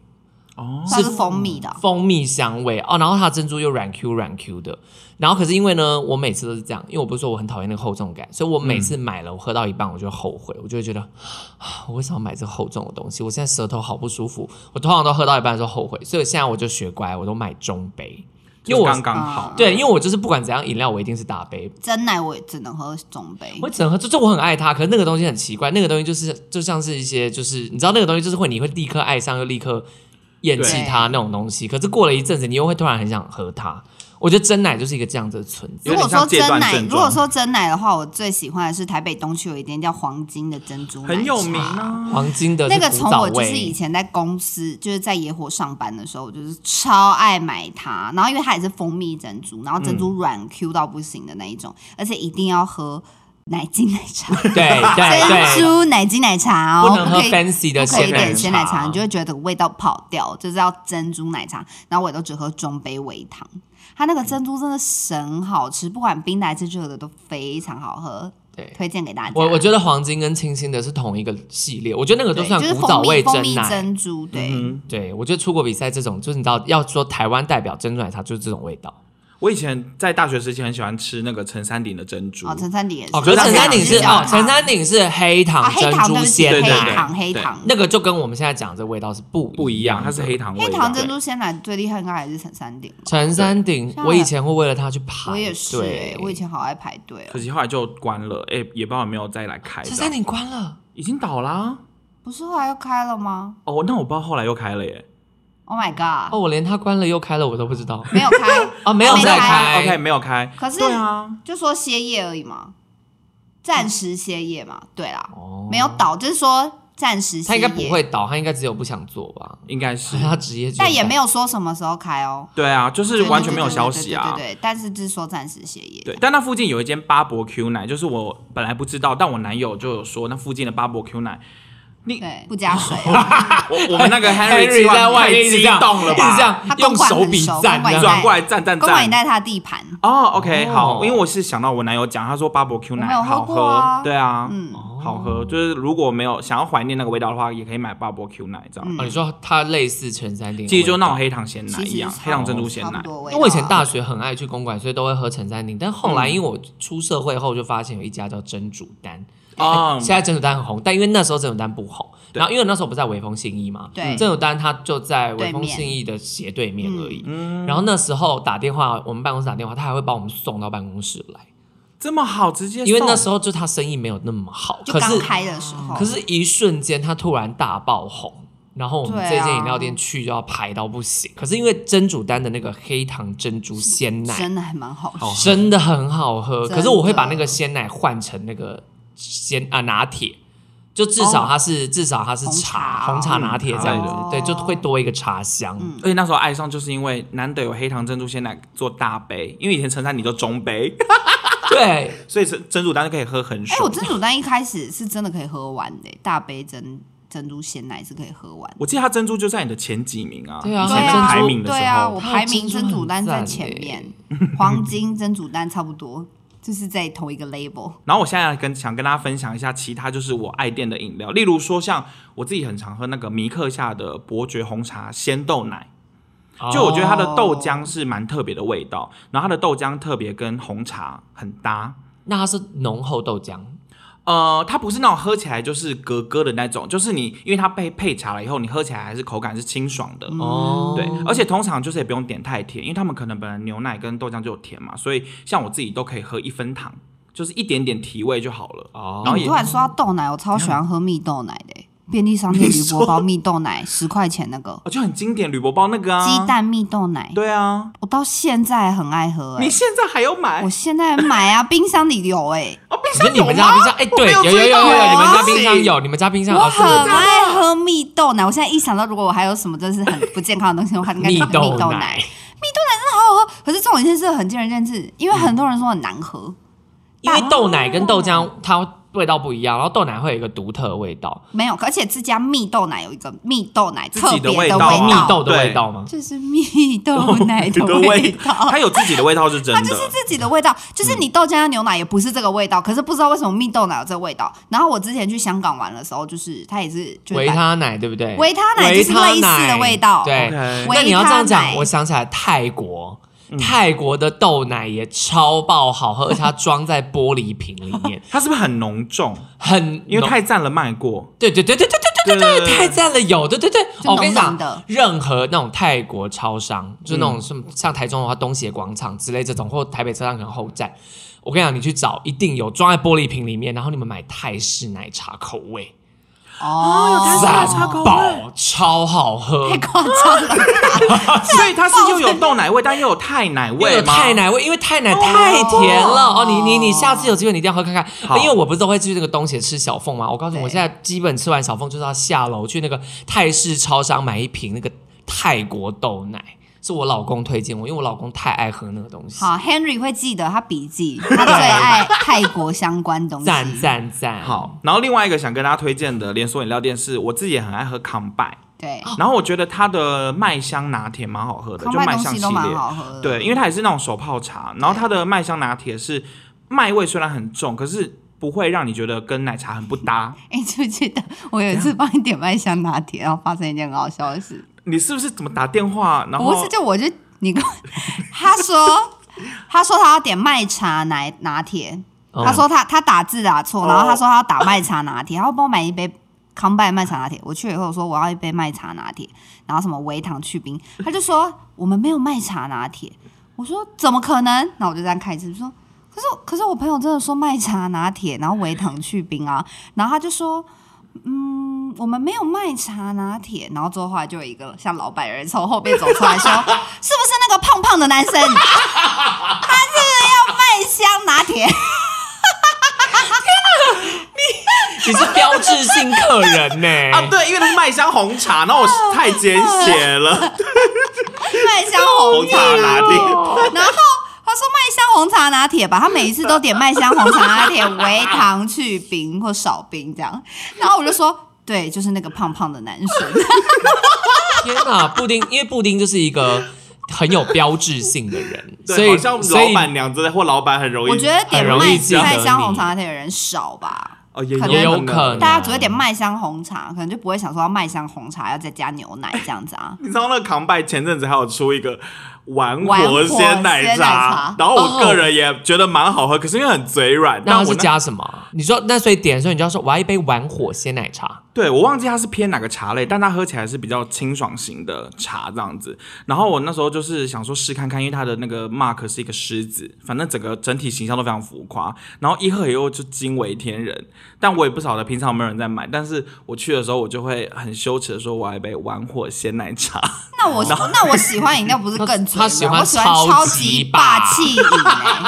S3: 哦，
S1: 它是蜂蜜的啊，
S2: 蜂蜜香味哦，然后它的珍珠又软 Q 软 Q 的。然后可是因为呢，我每次都是这样，因为我不是说我很讨厌那个厚重感，所以我每次买了，我喝到一半我就后悔，我就会觉得 (sighs) 啊我为什么要买这厚重的东西？我现在舌头好不舒服，我通常都喝到一半的时候后悔，所以现在我就学乖，我都买中杯，因为
S3: 就
S2: 我
S3: 刚刚好。
S2: 对，因为我就是不管怎样饮料，我一定是大杯。
S1: 真奶我也只能喝中杯
S2: 我。只能喝，就是我很爱它，可是那个东西很奇怪，那个东西就是就像是一些就是你知道那个东西就是会你会立刻爱上又立刻厌弃它那种东西，可是过了一阵子你又会突然很想喝它。我觉得真奶就是一个这样子的存
S1: (laughs)
S2: 在。
S1: 如果说
S3: 有点像戒
S1: 真
S3: 断
S1: 奶，
S3: 症状
S1: 如果说真奶的话，我最喜欢的是台北东区有一间叫黄金的珍珠奶茶，
S3: 很有名啊，
S2: 黄金的
S1: 那个
S2: 是
S1: 从
S2: 古早
S1: 我就是
S2: 味
S1: 以前在公司，就是在野火上班的时候，我就是超爱买它。然后因为它也是蜂蜜珍珠，然后珍
S2: 嗯
S1: 珠软 Q 到不行的那一种，而且一定要喝奶精奶茶，
S2: (laughs) 对对
S1: 珍
S2: 对，
S1: 珠奶精奶茶哦，
S2: 不能喝
S1: 可以
S2: fancy 的
S1: 不可以
S2: 鲜奶
S1: 点鲜奶
S2: 茶
S1: 茶，你就会觉得味道跑掉，就是要珍珠奶茶。然后我也都只喝中杯微糖，它那个珍珠真的神好吃，不管冰的还是热的都非常好喝，
S2: 对。
S1: 推荐给大家。
S2: 我我觉得黄金跟清新的是同一个系列，我觉得那个都
S1: 对，
S2: 算
S1: 就是
S2: 古早
S1: 蜂蜜
S2: 味
S1: 蜂蜜
S2: 真奶。
S1: 珍珠，对。
S3: 嗯，
S2: 对，我觉得出国比赛这种，就是你知道，要说台湾代表珍珠奶茶就是这种味道。
S3: 我以前在大学时期很喜欢吃那个陈三鼎的珍珠
S1: 哦，，陈三鼎也是。
S2: 哦，可是
S3: 就是
S2: 陈
S3: 这样
S2: 三鼎是
S3: 子
S2: 哦，
S3: 啊
S2: 陈三鼎是黑
S1: 啊，
S2: 糖
S1: 黑
S2: 珍
S1: 糖对
S2: 珠
S1: 不起，
S2: 鲜
S1: 黑
S2: 奶，
S1: 糖黑
S3: 对
S1: 糖。
S2: 那个就跟我们现在讲的这味道是不
S3: 不一样，它
S2: 的
S3: 是黑。糖味
S1: 黑
S3: 的。
S1: 糖珍珠鲜奶最厉害应该还是陈三鼎吧，
S2: 陈三鼎，
S1: 对
S2: 我以前会为了它去
S1: 啊
S2: 排队，
S1: 我也是哎，我以前好爱排队
S3: 可
S1: 哦。
S3: 惜后来就关了，哎、也不知道有没有再来开。
S2: 陈三鼎关了，
S3: 已经倒啦、
S1: 不是后来又开了吗
S3: 哦，那我不知道后来又开了耶。
S1: ？Oh my god，
S2: 哦，我连它关了又开了我都不知道
S1: 没有开，
S2: 啊，没有
S1: 没
S2: 再
S1: 开
S2: 开
S3: OK，没有开。
S1: 可是
S3: 对啊，
S1: 就说歇业而已嘛，暂时歇业嘛，对啦，
S2: 哦
S1: 没有倒，就是说暂时
S2: 它
S1: 歇
S2: 应该不
S1: 业，
S2: 会倒，它应该只有不想做吧？
S3: 应该是。
S2: 它职业，
S1: 但也没有说什么时候开哦，
S3: 对啊，就是
S1: 啊对
S3: 完全没有消息
S1: 对
S3: 啊。
S1: 对对对对对，但是就是说暂时歇业，
S3: 对，但那附近有一间巴伯 Q 奶，就是我本来不知道，但我男友就有说那附近的巴伯 Q 奶，
S1: 对，不加水啊，
S3: 我我们那
S2: (laughs)
S3: 个
S2: Henry
S3: 吃完
S2: 在外
S3: 太
S2: 面一直
S3: 激
S2: 这样
S3: 动了
S2: 一直这
S3: 吧？
S2: 样
S1: 他公
S2: 用
S1: 馆
S2: 手
S1: 很
S2: 比
S1: 熟
S2: 赞
S1: 公馆
S2: 这
S1: 很
S2: 样
S1: 熟。
S3: 转过来站站
S1: 公馆一
S3: 站。
S1: 带他地盘，
S3: 哦，OK，
S2: 哦
S3: 好，因为我是想到我男友讲，他说巴伯 Q 奶
S1: 我没有喝
S3: 好
S1: 过啊
S3: 喝，对啊，
S1: 嗯，
S3: 好喝。就是如果没有想要怀念那个味道的话，也可以买巴伯 Q 奶这样。
S1: 嗯
S2: 哦，你说它类似陈三鼎的味道，
S3: 其实就那种黑糖鲜奶
S1: 其实
S3: 一样，
S1: 差
S3: 黑糖珍
S1: 不
S3: 珠
S1: 多
S3: 鲜
S1: 差
S3: 奶
S1: 不。多味
S2: 因为我以前
S1: 道
S2: 大学很爱去公馆，所以都会喝陈三鼎。但后
S3: 嗯
S2: 来因为我出社会后，就发现有一家叫蒸煮丹，
S3: 哦
S1: 哎
S2: 现在蒸煮丹很红，但因为那时候蒸煮丹不红，
S3: 对
S2: 然后因为那时候不在微风信义嘛，
S1: 对
S2: 蒸煮丹它就在微风
S1: 对面
S2: 信义的斜对面而已。
S3: 嗯，
S2: 然后那时候打电话，我们办公室打电话，他还会把我们送到办公室来，
S3: 这么好，直接
S2: 因为
S3: 送
S2: 那时候就他生意没有那么好，
S1: 就
S2: 可
S1: 刚
S2: 是
S1: 开的时候，
S2: 可是，一瞬间他突然大爆红，然后我们
S1: 对啊
S2: 这间饮料店去就要排到不行。可是因为蒸煮丹的那个黑糖珍珠鲜奶，
S1: 真的还蛮好吃。
S3: 哦好喝
S2: 真的很好喝，
S1: 真的
S2: 可是我会把那个鲜奶换成那个鲜啊拿铁，就至少它是、至少它是
S1: 哦
S2: 茶
S1: 红
S2: 红
S1: 茶
S2: 茶拿铁这样子，
S1: 嗯
S2: 对，就会多一个茶香。
S3: 而且那时候爱上就是因为难得有黑糖珍珠鲜奶做大杯，因为以前陈三你都中杯， (laughs)
S2: 对，
S3: 所以珍珍珠丹就可以喝很
S1: 哎、我
S3: 爽。
S1: 珍珠丹一开始是真的可以喝完的、大杯珍珍珠鲜奶是可以喝完的。
S3: 我记得它珍珠就在你的前几名啊，
S2: 对啊
S3: 以
S1: 对
S3: 前在
S1: 啊，
S3: 排名的时
S1: 对啊，
S3: 候，
S1: 我排名
S2: 哇珍
S1: 珍
S2: 珠
S1: 珠丹
S2: 很赞
S1: 在前面，黄金珍珠丹差不多，就是在同一个 label。
S3: 然后我现在跟想跟大家分享一下其他就是我爱店的饮料，例如说像我自己很常喝那个米克夏的伯爵红茶鲜豆奶， (laughs)
S2: 哦
S3: 就我觉得它的豆浆是蛮特别的味道，然后它的豆浆特别跟红茶很搭，
S2: 那它是浓厚豆浆，
S3: 呃，它不是那种喝起来就是格格的那种，就是你因为它被配茶了以后，你喝起来还是口感是清爽的。
S1: 嗯
S2: 哦
S3: 对，而且通常就是也不用点太甜，因为他们可能本来牛奶跟豆浆就有甜嘛，所以像我自己都可以喝一分糖，就是一点点提味就好了。
S2: 哦
S3: 然
S1: 哎
S3: 后
S1: 你
S3: 也
S1: 突然说到豆奶，我超喜欢喝蜜豆奶的、便利商店铝箔包蜜豆奶，十块钱那个
S3: 哦，就很经典铝箔包那个啊，
S1: 鸡，蛋蜜豆奶，
S3: 对啊，
S1: 我到现在很爱喝、哎
S3: 你现在还要买
S1: 我？现在买啊，冰箱里有哎、
S3: 哦，冰
S2: 可是
S3: 箱
S2: 你
S3: 有
S2: 们家冰
S3: 吗？
S2: 箱，哎，
S3: 我没
S2: 对，有有有
S3: 注意到
S2: 有有，
S3: 哎
S2: 你们家
S3: 不行
S2: 冰箱有，你们家冰箱
S1: 我
S2: 哦，是
S1: 很
S2: 的
S1: 爱喝蜜豆奶，我现在一想到如果我还有什么真是很不健康的东西，我还应该是
S2: 蜜
S1: 蜜豆
S2: 豆
S1: 奶。，好好喝，可是这种一件事很见仁见智，因为很多人说很难喝。哦
S2: 因为豆奶跟豆浆它味道不一样，然后豆奶会有一个独特的味道，
S1: 没有，而且自家蜜豆奶有一个蜜豆奶特
S3: 己的
S1: 别
S3: 味
S1: 味
S3: 道啊
S2: 蜜豆的
S3: 对
S2: 味道吗？
S1: 就是蜜
S3: (laughs)
S1: 豆奶的
S3: 的
S1: 味 (laughs)
S3: 味
S1: 道
S3: 它。有自己的味道是真
S1: 它
S3: 的，
S1: 就是自己的味道，就是你豆浆加牛奶也不是这个味道，可是不知道为什么蜜豆奶有这个味道。然后我之前去香港玩的时候，就是它也是就是
S2: 维
S1: 把
S2: 他奶对不对？
S1: 维他奶就是类似的味道
S2: 对，
S3: OK
S1: 维
S2: 那你要这
S1: 他
S2: 样讲，
S1: 奶嗯
S2: 我想起来泰国。泰国的豆奶也超爆好喝，而且它装在玻璃瓶里
S1: (laughs)
S2: 面，
S3: 它是不是很浓重？
S2: 很
S3: 因为
S2: 浓
S3: 太占了脉过，
S2: 对对对对对对对对对，太赞了，有对对对，
S1: 就
S2: 哦我跟你
S1: 浓
S2: 讲
S1: 浓的，
S2: 任何那种泰国超商，就那
S3: 嗯
S2: 种什么像台中的话东协广场之类这种，或台北车站可能后站，我跟你讲，你去找一定有装在玻璃瓶里面，然后你们买泰式奶茶口味，
S1: 哦，
S3: 泰式奶茶口味
S2: 爆超好喝
S1: 太，夸张了，
S3: (laughs) 所以它是又有豆奶味，但又有太奶
S2: 又
S3: 味
S2: 有
S3: 吗？
S2: 太奶味，因为太奶太甜了
S1: 哦
S2: 哦。你你你下次有机会你一定要喝看看，
S3: 好
S2: 因为我不是都会去那个东协吃小凤嘛。我告诉你，
S1: 对
S2: 我现在基本吃完小凤就是要下楼去那个泰式超商买一瓶那个泰国豆奶，是我老公推荐我，因为我老公太爱喝那个东西。
S1: 好，Henry 会记得他笔记，
S3: (laughs)
S1: 他最爱泰国相关东西。
S2: 赞赞赞！，
S3: 好，然后另外一个想跟大家推荐的连锁饮料店是我自己也很爱喝康拜，
S1: 对，
S3: 然后我觉得它的麦香拿铁蛮好喝的，
S1: 哦康
S3: 哦就
S1: 拜
S3: 麦
S1: 东
S3: 香
S1: 西
S3: 系
S1: 都蛮
S3: 列，
S1: 好喝的。
S3: 对，因为它也是那种手泡茶，然后它的麦香拿铁是麦味虽然很重，可是不会让你觉得跟奶茶很不搭。
S1: 哎，你记不记
S3: (laughs)
S1: 得我有一次帮你点麦香拿铁，然后发生一件很好笑的事？
S3: 你是不是怎么打电话？然
S1: 不
S3: 后
S1: 是，就我就你跟我他说，他说他要点麦茶奶拿铁，
S2: 嗯
S1: 他说他他打字打错，
S3: 哦。
S1: 然后他说他要打麦茶拿铁，他要帮我买一杯康拜麦茶拿铁。我去了以后我说我要一杯麦茶拿铁，然后什么微糖去冰，他就说我们没有麦茶拿铁。我说怎么可能？那我就这样开始说，可是可是我朋友真的说麦茶拿铁，然后微糖去冰啊，然后他就说。嗯，我们没有卖茶拿铁，然后之后后来就有一个像老白人从后面走出来说：“是不是那个胖胖的男生？他是不是要卖香拿铁？”
S2: 你是标志性客人呢
S3: (laughs) 啊，对，因为它是麦香红茶，然后
S1: 啊
S3: 我太简写了，
S1: 麦香红
S3: 红茶拿铁
S1: (laughs) 然后他说麦香红茶拿铁吧，他每一次都点麦香红茶拿铁，微糖去冰或少冰这样。然后我就说，对，就是那个胖胖的男生，
S2: 天哪，布丁，因为布丁就是一个很有标志性的人，
S3: 对
S2: 所以
S3: 好像
S2: 所以
S3: 老板娘之类或老板很容
S1: (laughs)
S3: 易，
S1: 我觉得点
S2: 很容
S1: 麦
S2: 易记得
S1: 麦香红
S2: 你
S1: 茶拿铁的人少吧。
S3: 哦也
S1: 可能
S2: 也有
S3: 能。
S2: 可能
S1: 大家只会点麦香红茶，可能就不会想说要麦香红茶要再加牛奶这样子啊
S3: 你知道那个康拜前阵子还有出一个玩
S1: 玩火
S3: 火鲜奶
S1: 鲜奶茶
S3: 然后我
S2: 哦
S3: 个人也觉得蛮好喝，可是因为很嘴软，
S2: 那
S3: 但
S2: 它
S3: 我
S2: 是
S3: 那
S2: 加什么？你说那所以点的时候，你就要说我要一杯玩火鲜奶茶。
S3: 对我忘记它是偏哪个茶类，但它喝起来是比较清爽型的茶这样子。然后我那时候就是想说试看看，因为它的那个 mark 是一个狮子，反正整个整体形象都非常浮夸。然后一喝以后就惊为天人，但我也不晓得平常有没有人在买，但是我去的时候我就会很羞耻的说我要一杯玩火鲜奶茶。
S1: 那我那我喜欢饮料不是更
S2: 他他喜
S1: 嘴
S2: 欢
S1: 吗？我喜欢超
S2: 超
S1: 级
S2: 级
S1: 霸
S2: 霸
S1: 气饮哎、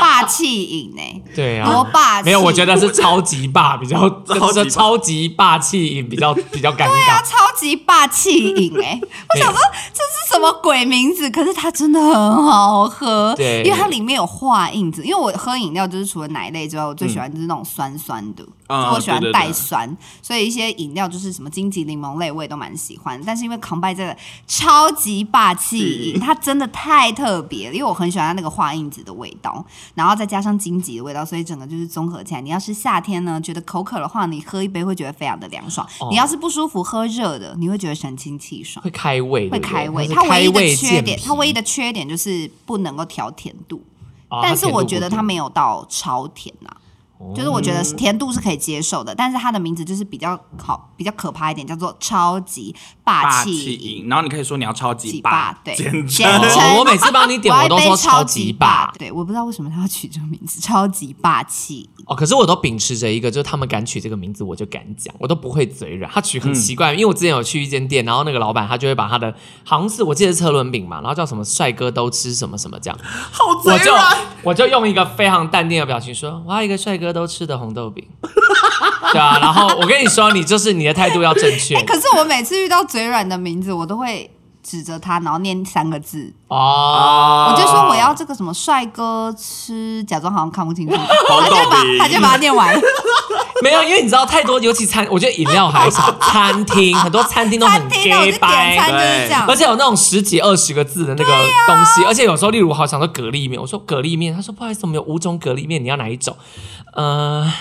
S1: 霸气饮哎、
S2: 对
S1: 多
S2: 啊，
S1: 霸气！
S2: 没有，我觉得是超级霸比较， (laughs)
S3: 超级霸
S2: 超级霸气饮比较 (laughs) 比较尴
S1: 他
S2: 尬。
S1: 超级霸气
S3: (laughs)
S1: 饮哎、我想说这是什么鬼名字？可是它真的很好喝，
S2: 对
S1: 因为它里面有化印子。因为我喝饮料就是除了奶类之外，我最喜欢就是那种酸酸的，
S3: 嗯啊
S1: 就我喜欢
S3: 对对对
S1: 带酸，所以一些饮料就是什么荆棘柠檬类我也都蛮喜欢。但是因为康拜这个超级霸气饮，它真的太特别了，因为我很喜欢它那个化印子的味道，然后再加上荆棘的味道，所以整个就是综合起来。你要是夏天呢觉得口渴的话，你喝一杯会觉得非常的凉爽；
S2: 哦
S1: 你要是不舒服喝热的，你会觉得神清气爽。
S2: 会开胃，
S1: 会
S2: 对不对
S1: 开胃，
S2: 它
S1: 它
S2: 是
S1: 唯
S2: 开
S1: 一的
S2: 胃
S1: 缺
S2: 健
S1: 点
S2: 脾。，
S1: 它唯一的缺点就是不能够调甜度，
S2: 哦，
S1: 但是
S2: 甜度
S1: 我
S2: 不
S1: 觉得
S2: 足
S1: 它没有到超甜呐、
S2: 哦
S1: 就是我觉得甜度是可以接受的，但是它的名字就是比较好，比较可怕一点，叫做超级霸
S3: 霸
S1: 气
S3: 气
S1: 饮。
S3: 饮，然后你可以说你要超级
S1: 几
S3: 霸，
S1: 霸对，
S3: 简
S1: 简 (laughs)
S3: 称
S1: 称
S2: (laughs) 哦我每次帮你
S1: (laughs)
S2: 点
S1: 我要
S2: 我都
S1: 一杯
S2: 说
S1: 超
S2: 超
S1: 级
S2: 级霸
S1: 对，我不知道为什么他要取这个名字，超级霸气。
S2: 哦，可是我都秉持着一个，就是他们敢取这个名字，我就敢讲，我都不会嘴软。他取很奇
S1: 嗯
S2: 怪，因为我之前有去一间店，然后那个老板他就会把他的，好像是我记得是车轮饼嘛，然后叫什么帅哥都吃什么什么这样，
S3: 好嘴
S2: 我就
S3: 软。
S2: 我就用一个非常淡定的表情说，我要一个帅哥都吃的红豆饼， (laughs) 对啊，
S1: (laughs)
S2: 然后我跟你说，你就是你的态度要正确
S1: 哎、。可是我每次遇到嘴软的名字，我都会指着他，然后念三个字，
S2: 哦，
S3: 啊
S1: 我就说我要这个什么帅哥吃，假装好像看不清楚，
S3: 好
S1: 他就
S3: 逗
S1: 把
S3: 比
S1: 他就把它念
S2: (laughs)
S1: 完。
S2: 没有，因为你知道太多，尤其餐，我觉得饮料还少，餐厅很多餐厅都很
S1: 餐厅的我
S2: gay
S1: 就点餐
S2: 掰。
S1: 就是这样
S2: 而，且有那种十几二十个字的那个东西，而且有时候，例如我好想说蛤蜊面，我说蛤蜊面，他说不好意思，我们有五种蛤蜊面，你要哪一种？呃，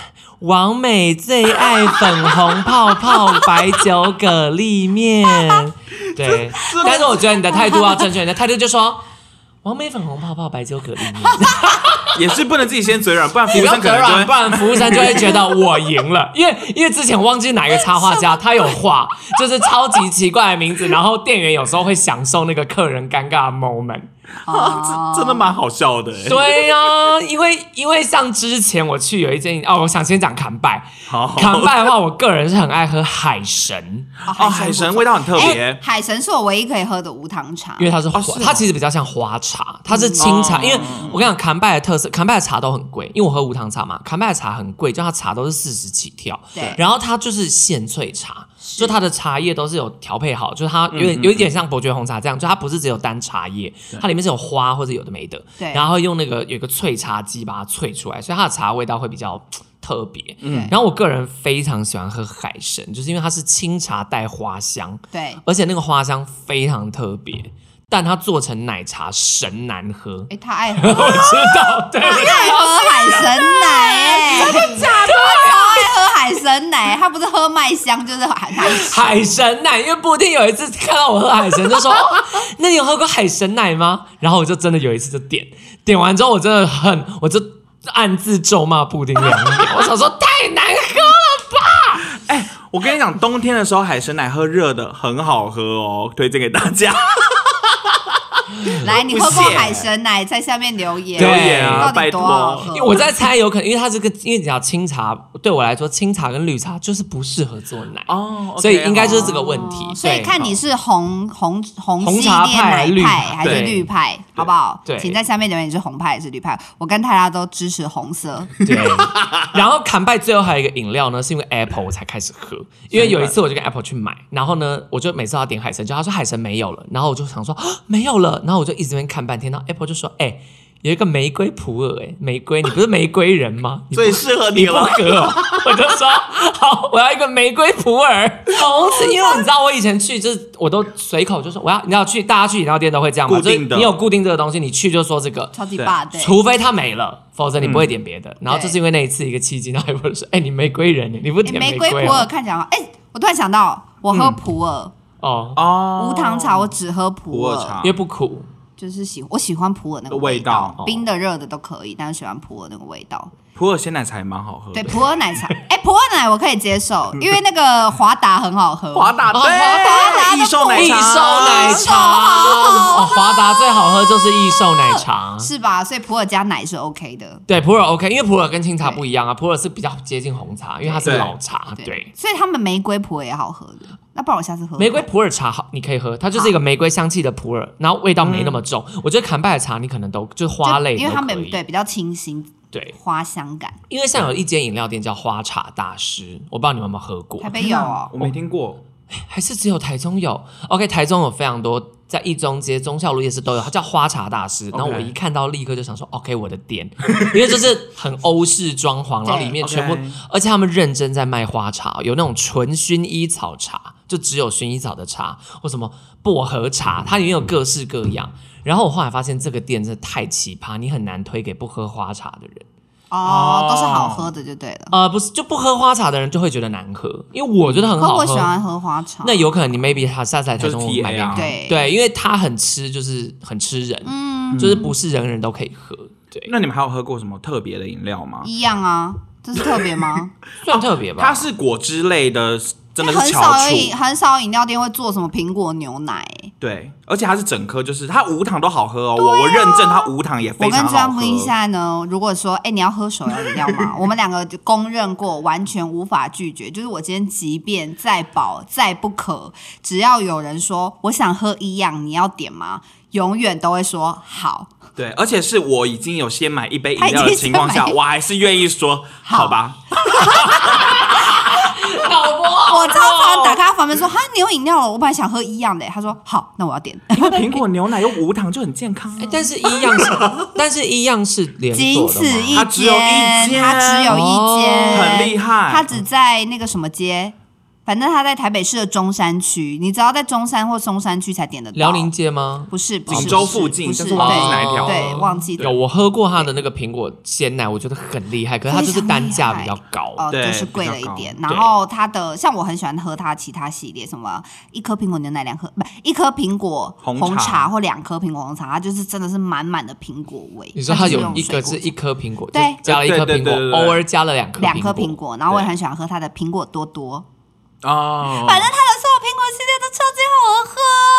S2: 王美最爱粉红泡泡白酒蛤蜊面，对。但是我觉得你的态度要正确，你的态度就说王美粉红泡泡白酒蛤蜊面，
S3: 也是不能自己先嘴软，不然服
S2: 你
S3: 务
S2: 不要
S3: 生可
S2: 嘴
S3: 能就
S2: 软，
S3: 会 (laughs)
S2: 不然服务生就会觉得我赢了。因为因为之前忘记哪个插画家，他有画 (laughs) 就是超级奇怪的名字，然后店员有时候会享受那个客人尴尬的 moment。
S3: 哎
S1: 哦
S3: 真的蛮好笑的、欸。
S2: 对呀、因为因为像之前我去有一间哦，我想先讲坎拜，
S3: 好，
S2: 坎拜的话，我个人是很爱喝海神，
S3: 哦，海神味道很特
S1: 哎
S3: 别，
S1: 海神是我唯一可以喝的无糖茶
S2: 因。为它是花、
S3: 哦是哦
S2: 它其实比较像花茶，它是清茶。
S3: 哦
S2: 因为我跟你讲，坎拜的特色，坎拜的茶都很贵，因为我喝无糖茶嘛，坎拜的茶很贵，就它茶都是四十起跳。
S1: 对
S2: 然后它就是现萃茶，就它的茶叶都是有调配好，就是它有点有一点像伯爵红茶这样，就它不是只有单茶叶，它里面是有花或者有的没的，
S1: 对
S2: 然后用那个有一个萃茶机把它萃出来，所以它的茶味道会比较。特别，
S1: 嗯
S2: 然后我个人非常喜欢喝海参，就是因为它是清茶带花香，
S1: 对，
S2: 而且那个花香非常特别，但它做成奶茶神难喝。
S1: 哎，他爱喝，
S2: 我知道，对，
S1: 他爱喝海神奶，真的假的？他超爱喝海神奶，他不是喝麦香就是海海神。
S2: 海神奶，因为布丁有一次看到我喝海神，就说、哦那你有喝过海神奶吗？”然后我就真的有一次就点，点完之后我真的很，我就暗自咒骂布丁两秒，我想说太难喝了吧。
S3: 哎、我跟你讲，冬天的时候海参奶喝热的很好喝哦，推荐给大家。
S1: 来，你喝过
S3: 不屑
S1: 海神奶，在下面留言，
S2: 留言啊
S1: 到底
S3: 拜
S1: 多
S3: 托
S1: 好喝
S2: 因为？我在猜，有可能因为它这个，因为你讲清茶，对我来说，清茶跟绿茶就是不适合做奶，
S3: (laughs) 哦
S2: 所以应该就是这
S3: 个。
S2: 个问题。
S1: 哦所以
S2: 对
S1: 看你是红红红
S2: 红
S1: 系
S2: 茶
S1: 列
S2: 派还
S1: 奶
S2: 是绿
S1: 派
S2: 派
S1: 还是
S2: 对
S1: 绿派，好不好？
S2: 对
S1: 请在下面留言你是红派还是绿派。我跟大家都支持红色，
S2: 对，然后坎拜最后还有一个饮料呢，是因为 Apple 我才开始喝，因为有一次我就跟 Apple 去买，然后呢，我就每次要点海参，就他说海参没有了，然后我就想说啊没有了，然后我就一直在那边看半天，然后 Apple 就说哎、有一个玫瑰普洱，哎，玫瑰，你不是玫瑰
S3: (laughs)
S2: 人吗？你
S3: (laughs)
S2: 不
S3: 最适合
S2: 你
S3: 你
S2: 不
S3: 了，
S2: 喝哦、 (laughs) 我就说好，我要一个玫瑰普
S3: (laughs)
S2: 洱。从此，因为你知道我以前去就是我都随口就说我要，你知道去大家去饮料店都会这样嘛，
S3: 固定的
S2: 就是你有固定这个东西，你去就说这个，
S1: 超级
S3: 对
S1: 霸对。
S2: 除非它没了，否则你不会点别的。然后就是因为那一次一个契机，然后有人说：“哎、你玫瑰人，你不
S1: 诶
S2: 点
S1: 哎玫
S2: 瑰嗯
S1: 瑰普洱
S2: 哦
S1: 看起来好，哎、我突然想到，我喝普洱、
S2: 哦？”
S3: 哦
S1: 无糖茶，我只喝普
S3: 普洱
S1: 洱
S3: 茶，
S2: 因为不苦，
S1: 就是喜我喜欢普洱那个
S3: 味
S1: 道，
S2: 哦
S3: 道
S1: 冰的热的都可以，但是喜欢普洱那个味道。
S3: 普洱鲜奶茶也蛮好喝
S1: 对，
S3: 的。
S1: 普洱奶茶， (laughs) 哎、普洱奶我可以接
S2: (laughs)
S1: 受，因为那个华达很好喝，
S3: 华达
S2: 哦
S3: 对，
S2: 华达
S3: 益寿奶
S2: 益
S3: 茶，
S2: 寿奶
S1: 益寿
S2: 茶，
S1: (laughs) 好
S2: 哦，华达最好喝就是益寿奶茶。
S1: 是吧？所以普洱加奶是 OK 的。
S2: 对，普洱 OK，因为普洱跟清茶不一样啊，普洱是比较接近红茶，因为它是
S3: 对
S2: 老茶。对，
S1: 所以他们玫瑰普洱也好喝的。那不然我下次喝喝
S2: 玫瑰普洱茶好，你可以喝，它就是一个玫瑰香气的普洱，然后味道没那么重。我觉得坎拜的茶你可能都就是
S1: 就
S2: 花类都可以，
S1: 因为他们对比较清新，
S2: 对，
S1: 花香感。
S2: 因为像有一间饮料店叫花茶大师，我不知道你们有没有喝过
S1: 台，北
S3: 天
S1: 有
S3: 哪
S2: 嗯
S1: 哦，
S3: 我没听过。
S2: 还是只有台中有？OK，台中有非常多，在一中街、忠孝路夜市都有，它叫花茶大师。然后我一看到，立刻就想说，OK，我的店，因为就是很欧式装潢，然后里面全部
S3: OK，
S2: 而且他们认真在卖花茶，有那种纯薰衣草茶，就只有薰衣草的茶，或什么薄荷
S3: 嗯
S2: 茶，它里面有各式各样。然后我后来发现这个店真的太奇葩，你很难推给不喝花茶的人。
S1: 哦，
S3: 哦
S1: 都是好喝的就对了。
S2: 呃，不是，就不喝花茶的人就会觉得难喝，因为我觉得很
S1: 可
S2: 好
S1: 我
S2: 喝。
S1: 喜欢喝花茶，
S2: 那有可能你 maybe 他下次来台中
S3: 就是
S2: 我
S3: TA
S2: 买给你
S3: 啊
S1: 对
S2: 对，因为他很吃，就是很吃人，
S1: 嗯
S2: 就是不是人人都可以喝，对，
S3: 那你们还有喝过什么特别的饮料吗？
S1: 一样啊，这是特别吗？
S2: 算特别吧。
S3: 它是果汁类的，真的
S1: 因为很
S3: 是翘
S1: 少有饮
S3: 楚。
S1: 很少饮料店会做什么苹果牛奶、欸
S3: 对，而且它是整颗，就是它无糖都好喝哦。我我认证它无糖也
S1: 我
S3: 非
S1: 跟
S3: 常好
S1: 张
S3: 喝
S1: 不。一下呢，如果说，哎、你要喝手摇饮料
S3: (laughs)
S1: 吗？我们两个就公认过，完全无法拒绝。就是我今天即便再饱再不渴，只要有人说我想喝一样，你要点吗？永远都会说好。
S3: 对，而且是我已经有先买一杯饮
S1: 他已
S3: 料的
S1: 经
S3: 情况
S1: 先
S3: 下，
S1: 买
S3: 我还是愿意说
S1: 好
S3: 好吧。哦
S2: 导播，
S1: 我超常打开他房门说：“哈，你有饮料了？我本来想喝一样的。”他说：“好，那我要点。
S3: 因为苹果牛奶又无糖，就很健康啊。
S1: (laughs)
S2: 哎但是一样是，但是一样是”连
S1: 仅
S2: 锁的
S1: 此
S2: 嘛。
S1: 一
S3: 它只有一
S1: 间，
S3: 间
S1: 他只有一间，
S2: 哦
S3: 很厉害
S1: 他只在那个什么街，反正他在台北市的中山区，你只要在中山或松山区才点得到。
S2: 辽宁街吗？
S1: 不是，不是
S3: 锦
S1: 不
S3: 州
S1: 是
S3: 附近
S1: 不
S3: 但
S1: 是
S3: 是忘记
S1: 对
S3: 哪一条了
S1: 对，忘记
S2: 有，我喝过他的那个苹果鲜奶，我觉得很厉害，可是它就是单价比较高。
S1: 哦，就
S3: 对
S1: 是贵了
S3: 比
S1: 一
S3: 较高
S1: 点。
S2: 对
S1: 然后它的像我很喜欢喝它其他系列，什么一颗苹果牛奶两颗，不一颗苹果
S3: 红
S1: 红
S3: 茶
S1: 茶或两颗苹果红茶，它就是真的是满满的苹果味。
S2: 你说它
S1: 就
S2: 有
S1: 用
S2: 一
S1: 水
S2: 个
S1: 果
S2: 是一颗苹果，
S1: 对
S2: 就加了一颗
S3: 对对对
S2: 苹果
S3: 对对，对
S2: 偶尔加了两颗
S1: 两颗苹果，然后我也
S3: 对
S1: 很喜欢喝它的苹果多多，
S3: 哦，
S1: 反正它的所有苹果系列都超级好喝。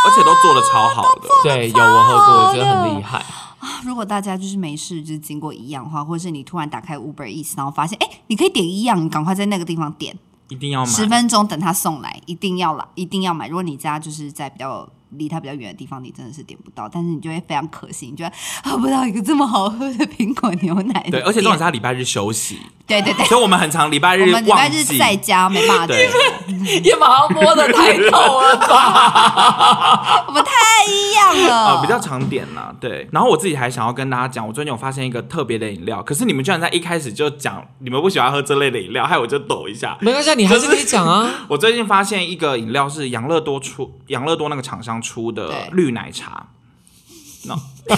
S3: 而且都做的超好的。
S1: 哦
S2: 对，有我喝过，我觉得很厉 (laughs) 害。
S1: 如果大家就是没事就是经过一样的话，或者是你突然打开 Uber Eats，然后发现哎，诶你可以点一样，你赶快在那个地方点。
S3: 一定要买。
S1: 十分钟等他送来，一定要来，一定要买。如果你家就是在比较离他比较远的地方，你真的是点不到，但是你就会非常可惜，你就会喝不到一个这么好喝的 (laughs) 苹果牛奶的店。
S3: 对，而且重点是他礼拜日休息，
S1: 对对对，
S3: 所以我们很常礼拜
S1: (laughs) 我
S3: 日
S1: 们礼拜
S3: 忘
S1: 日
S3: 记。
S1: 在家没办法点，
S3: 对，
S2: 也把它摸的太透了吧？
S1: 我们太一样了。
S3: 啊，比较常点啦。对，然后我自己还想要跟大家讲，我最近有发现一个特别的饮料，可是你们居然在一开始就讲你们不喜欢喝这类的饮料，害我就抖一下。
S2: (laughs) 没关系啊，你还是可以讲啊。
S3: 我最近发现一个饮料是养乐多出，养乐多那个厂商出的
S1: 对
S3: 绿奶茶。 (laughs) 哎、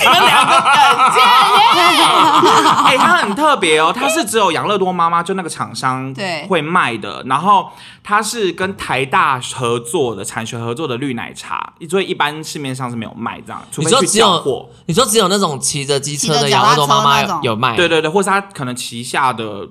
S3: 它很特别哦，它是只有养乐多妈妈就那个厂商
S1: 对
S3: 会卖的，然后它是跟台大合作的产学合作的绿奶茶，所以一般市面上是没有卖这样，除
S2: 你
S3: 非
S2: 说
S3: 去
S2: 只
S3: 交
S2: 有
S3: 货。
S2: (laughs) 你说只有那种骑着机
S1: 骑
S2: 车
S1: 着
S2: 的
S1: 脚
S2: 养
S1: 踏
S2: 乐多妈妈
S1: 车那种
S2: 有有卖，
S3: 对对对，或是它可能旗下的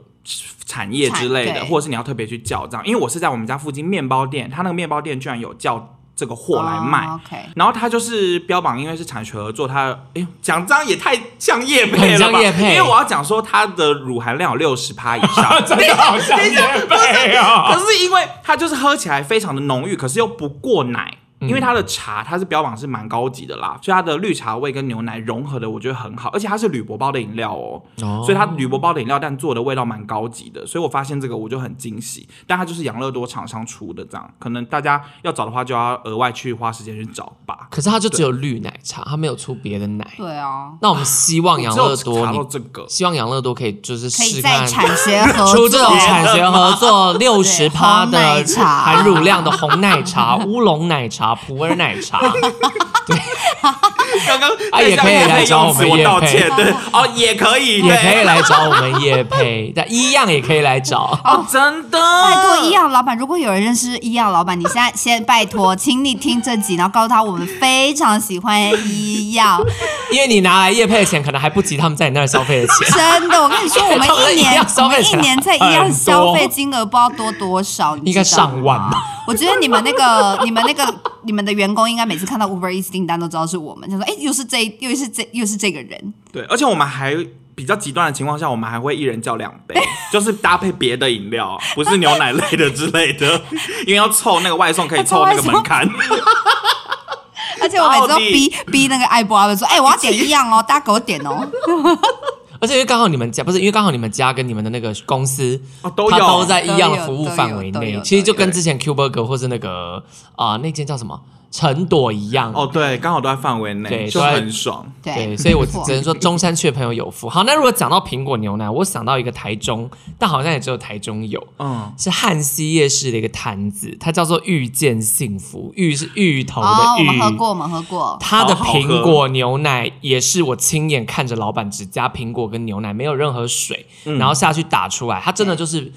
S3: 产业之类
S1: 产
S3: 的，
S1: 对
S3: 或者是你要特别去叫这样，因为我是在我们家附近面包店，它那个面包店居然有叫这个货来卖。
S1: 哦 OK，
S3: 然后它就是标榜，因为是产学合作，它哎呦讲这样也太像叶配
S2: 很
S3: 了
S2: 像
S3: 吧？
S2: 业配
S3: 因为我要讲说它的乳含量有六十趴以上，
S4: 真的好像也没有。
S3: (laughs) 可是因为它就是喝起来非常的浓郁，可是又不过奶。
S2: 嗯
S3: 因为它的茶，它是标榜是蛮高级的啦，所以它的绿茶味跟牛奶融合的，我觉得很好，而且它是铝箔包的饮料哦，
S2: 哦
S3: 所以它铝箔包的饮料，但做的味道蛮高级的，所以我发现这个我就很惊喜。但它就是养乐多厂商出的，这样可能大家要找的话，就要额外去花时间去找吧。
S2: 可是它就只有绿奶茶，它没有出别的奶。
S1: 对啊，
S2: 那我们希望养乐
S3: 我只有
S2: 多，
S3: 查到
S2: 你
S3: 这个，
S2: 希望养乐多可以就是
S1: 可以
S2: 试
S1: 在
S2: 看
S1: 产学
S3: (laughs)
S1: 合
S2: 出
S1: 作
S2: 这种产学合作六十趴
S1: 红奶
S2: 的
S1: 茶
S2: 含乳量的红
S1: (laughs)
S2: 奶茶、乌龙奶茶、普洱奶茶，
S3: 刚刚
S2: 啊也
S3: (laughs)
S2: 可以
S3: 哎
S2: 来找我们
S3: 我
S2: 业
S3: 道
S2: 配
S3: 歉，对哦，也可以，
S2: 也可以
S3: 对
S2: 来找我们叶配，但一样也可以来找。
S3: 哦，真的，
S1: 拜托医药老板，如果有人认识医药老板，你现在先拜托，请你听这集，然后告诉他我们非常喜欢医药，
S2: 因为你拿来叶配的钱，可能还不及他们在你那儿消费的
S1: (laughs)
S2: 钱。
S1: 真的，我跟你说，我们
S2: 他们的
S1: 一
S2: 医
S1: 年 (laughs)
S2: 药
S1: 我
S2: 消费
S1: 们
S2: 起
S1: 一
S2: 来
S1: 年在医
S2: 很
S1: 药
S2: 多
S1: 消费金额不知道多多少，你
S2: 应该
S1: 知道
S2: 上万
S1: 吗
S2: 吧。
S1: 我觉得你们那个、你们那个、你们的员工应该每次看到 Uber Eats 订单都知道是我们，就说哎，又是这，又是这，又是这个人，
S3: 对，而且我们还比较极端的情况下，我们还会一人叫两 (laughs) 杯，就是搭配别的饮料，不是牛奶类的之类 (laughs) 的，因为要凑那个外送，可以凑那个门
S1: (laughs)
S3: 槛。(laughs)
S1: 而且我每次都
S3: 到底
S1: (laughs) 逼逼那个艾博阿文说，哎，我要点一样哦，大家给我点哦。
S2: 而且因为刚好你们家不是，因为刚好你们家跟你们的那个公司
S3: 哦都有
S2: 它都在一样的服务范围
S1: 都有都有都
S2: 内
S1: 有，
S2: 其实就跟之前 Q Burger 或是那个啊、那间叫什么陈朵一样。
S3: 哦，对，刚好都在范围
S2: 对
S3: 内，就很爽。嗯
S1: 对
S2: 对，，所以我
S1: 没错
S2: 只能说中山区的朋友有福。好，那如果讲到苹果牛奶，我想到一个台中，但好像也只有台中有，
S3: 嗯，
S2: 是汉西夜市的一个摊子，它叫做遇见幸福，芋是芋头
S1: 哦，
S2: 的
S1: 我
S2: 芋。
S1: 们喝过，我们喝过，
S2: 它的
S3: 好好喝
S2: 苹果牛奶也是我亲眼看着老板只加苹果跟牛奶，没有任何水，
S3: 嗯
S2: 然后下去打出来，它真的就是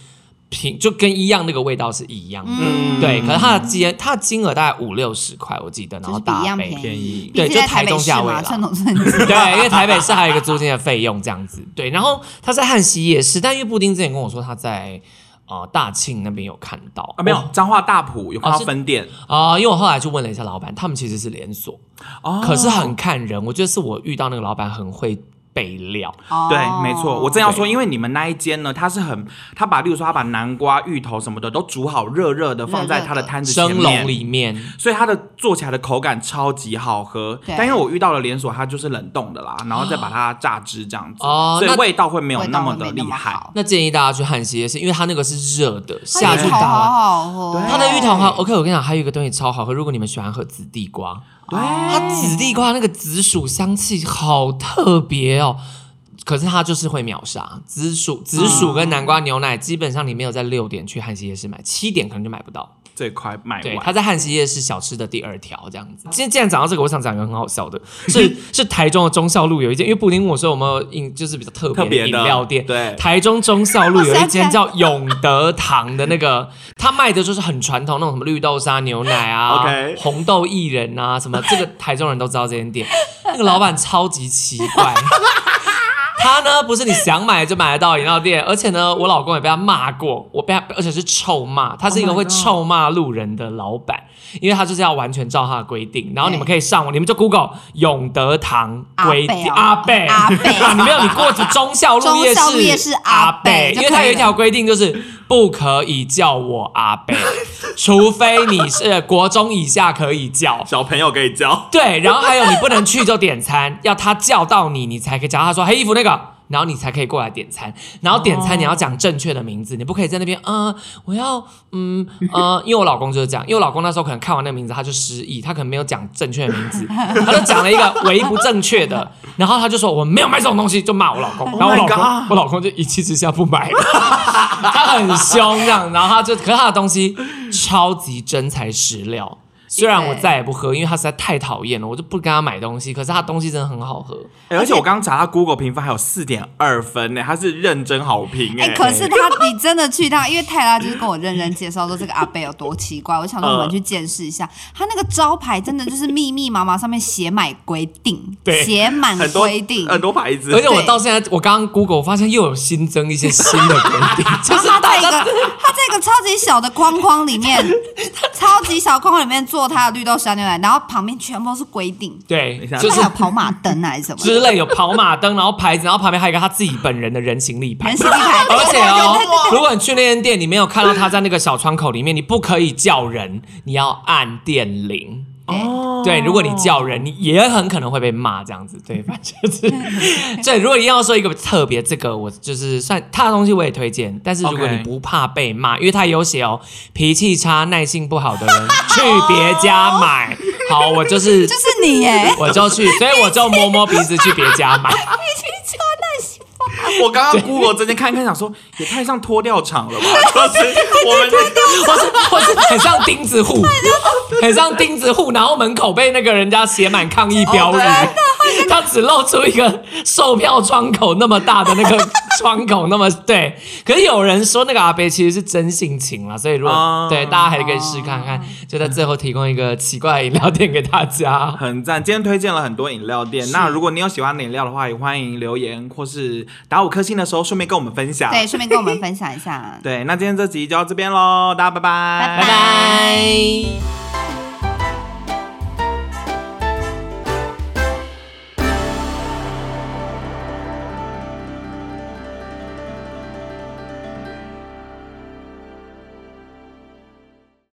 S2: 苹，就跟一样那个味道是一样的。
S1: 嗯，
S2: 对，可是它的金它的金额大概五六十块，我记得，然
S1: 就
S2: 后
S1: 是比一
S2: 大
S1: 样
S2: 杯。
S1: 便
S3: 便
S1: 宜
S3: 宜，
S1: 毕
S2: 对
S1: 竟
S2: 就
S1: 在台
S2: 台
S1: 北
S2: 中
S1: 市
S2: 价位
S1: 嘛，
S2: 啦
S1: 寸土寸金。
S2: (laughs) 对，因为台北市还有一个租金的费用这样子。对，然后他在汉西夜市，但因为布丁之前跟我说他在呃大庆那边有看到
S3: 啊，没有彰化大埔有看到
S2: 哦是
S3: 分店
S2: 啊、因为我后来去问了一下老板，他们其实是连锁，
S3: 哦
S2: 可是很看人。我觉得是我遇到那个老板很会备料。
S1: 哦
S3: 对，没错，我正要说，
S2: 对
S3: 因为你们那一间呢，它是很，他把，例如说，他把南瓜、芋头什么的都煮好，热热的放在他的摊子前
S2: 蒸
S3: 面，
S2: 笼里面，
S3: 所以它的做起来的口感超级好喝。
S1: 对
S3: 但因为我遇到了连锁，它就是冷冻的啦，然后再把它榨汁这样子，
S2: 哦
S3: 所以
S2: 那
S3: 味道会没有
S1: 味
S3: 那
S1: 道
S3: 么
S1: 会
S3: 的
S1: 没
S3: 厉
S1: 那么
S3: 害。
S1: 好。
S2: 那建议大家去汉西夜市，因为它那个是热的，下去
S1: 它芋头
S2: 打
S1: 好
S2: 完。
S1: 好喝，
S3: 对
S2: 它的芋头还 OK，我跟你讲，还有一个东西超好喝。如果你们喜欢喝紫地瓜，
S1: 啊
S3: 对，
S2: 它紫地瓜那个紫薯香气好特别哦，可是它就是会秒杀紫薯。紫薯跟南瓜牛奶基本上你没有在六点去汉西夜市买，七点可能就买不到。
S3: 这块卖
S2: 对，它
S3: 完，
S2: 在汉西夜市小吃的第二条这样子。今天既然讲到这个，我想讲一个很好笑的， (laughs) 是是台中的忠孝路有一间，因为布丁问我说有没有饮就是比较特
S3: 特
S2: 别
S3: 别
S2: 的
S3: 的
S2: 饮料店，
S3: 对
S2: 台中忠孝路有一间
S1: 我想起
S2: 叫永德堂的那个， (laughs) 他卖的就是很传统那种什么绿豆沙牛奶啊
S3: OK
S2: 红豆薏仁啊，什么这个台中人都知道这间店，那个老板超级奇怪。 (laughs) 他呢，不是你想买就买得到饮料店，而且呢，我老公也被他骂过，我被他，而且是臭骂，他是一个
S3: Oh my
S2: 会
S3: God
S2: 臭骂路人的老板，因为他就是要完全照他的规定。然后你们
S1: 对
S2: 可以上网，你们就 Google 永德堂
S1: 阿
S2: 规
S1: 贝
S2: 定
S1: 哦
S2: 阿贝
S1: 阿贝
S2: 啊， (laughs) 你没有你过去忠孝路夜
S1: 忠孝
S2: 市
S1: 路夜市
S2: 阿
S1: 阿贝，
S2: 贝因
S1: 就
S2: 为
S1: 可以
S2: 他有一
S1: 了
S2: 条规定就是不可以叫我阿贝，除非你是国中以下可以叫。
S3: 小朋友可以
S1: (laughs)
S3: 教。
S2: 对，然后还有你不能去就点餐，要他叫到你，你才可以叫他说黑衣服那个，然后你才可以过来点餐。然后点餐你要讲正确的名字，你不可以在那边，嗯，我要，嗯，呃，因为我老公就是这样，因为我老公那时候可能看完那个名字他就失忆，他可能没有讲正确的名字，他就讲了一个唯一不正确的，然后他就说我没有买这种东西，就骂我老公，然后我
S3: Oh
S2: 老
S3: my
S2: 公
S3: God
S2: 我老公就一气之下不买了。 (laughs) 他很凶这样，然后他就，可是他的东西超级真材实料。虽然我再也不喝，因为他实在太讨厌了，我就不跟他买东西。可是他东西真的很好喝，
S3: 哎而且我刚刚查他 Google 评分还有四点二分呢，他是认真好评
S1: 哎、
S3: 哎。
S1: 可是他，你真的去到，因为泰拉就是跟我认真介绍说这个阿贝有多奇怪，我想说
S2: 呃
S1: 我们去见识一下。他那个招牌真的就是密密麻麻，上面写满规定，
S2: 对
S1: 写满
S3: 很多
S1: 规定。
S3: 很多牌子，
S2: 而且我到现在，我刚刚 Google 我发现又有新增一些新的规
S1: (laughs)
S2: 定，呃 (laughs) 就
S1: 然后
S2: 是
S1: 他在
S2: 大
S1: 一个
S2: 家
S1: 他在一个超级小的框框里面， (laughs) 超级小框框里面做他的绿豆沙牛奶，然后旁边全部都是规定，
S2: 对，
S3: 下
S2: 就是
S1: 还有跑马灯啊还是什么
S2: 之
S1: 的，
S2: 类有跑马灯，然后牌子，然后旁边还有一个他自己本人的人形立牌
S1: 人。形立牌，
S2: 而
S1: (laughs)
S2: 且哦
S1: 对对对对对，
S2: 如果你去那间店，你没有看到他在那个小窗口里面，你不可以叫人，你要按电铃。
S3: 哦
S1: 哎
S2: 对，如果你叫人，你也很可能会被骂这样子。对，反正就是，对。如果一定要说一个特别，这个我就是算他的东西我也推荐，但是如果
S3: OK
S2: 你不怕被骂，因为他有写哦，脾气差、耐性不好的人去别家买。好，我就
S1: (laughs)
S2: 是
S1: 就。是你
S3: (laughs)
S2: (laughs)
S1: 耶，
S2: 我就去，所以我就摸摸鼻子去别家买。
S3: (laughs) 我刚刚 Google 这间看一看，想说也太像脱掉厂了吧？ (laughs) 就是
S1: (laughs)
S3: 我们
S2: 我是我是很像钉子户，很像钉子户，然后门口被那个人家写满抗议标语，他只露出一个售票窗口那么大的那个窗口，那么对。可是有人说那个阿贝其实是真性情啦，所以如果、
S3: 哦
S2: 对大家还可以试看看，就在最后提供一个奇怪的饮料店给大家。
S3: 很赞，今天推荐了很多饮料店。那如果你有喜欢的饮料的话，也欢迎留言或是打五颗星的时候顺便跟我们分享。
S1: 对，顺便跟我们分享一下。
S3: 对那今天这集就到这边喽，大家拜拜，
S1: 拜
S2: 拜拜。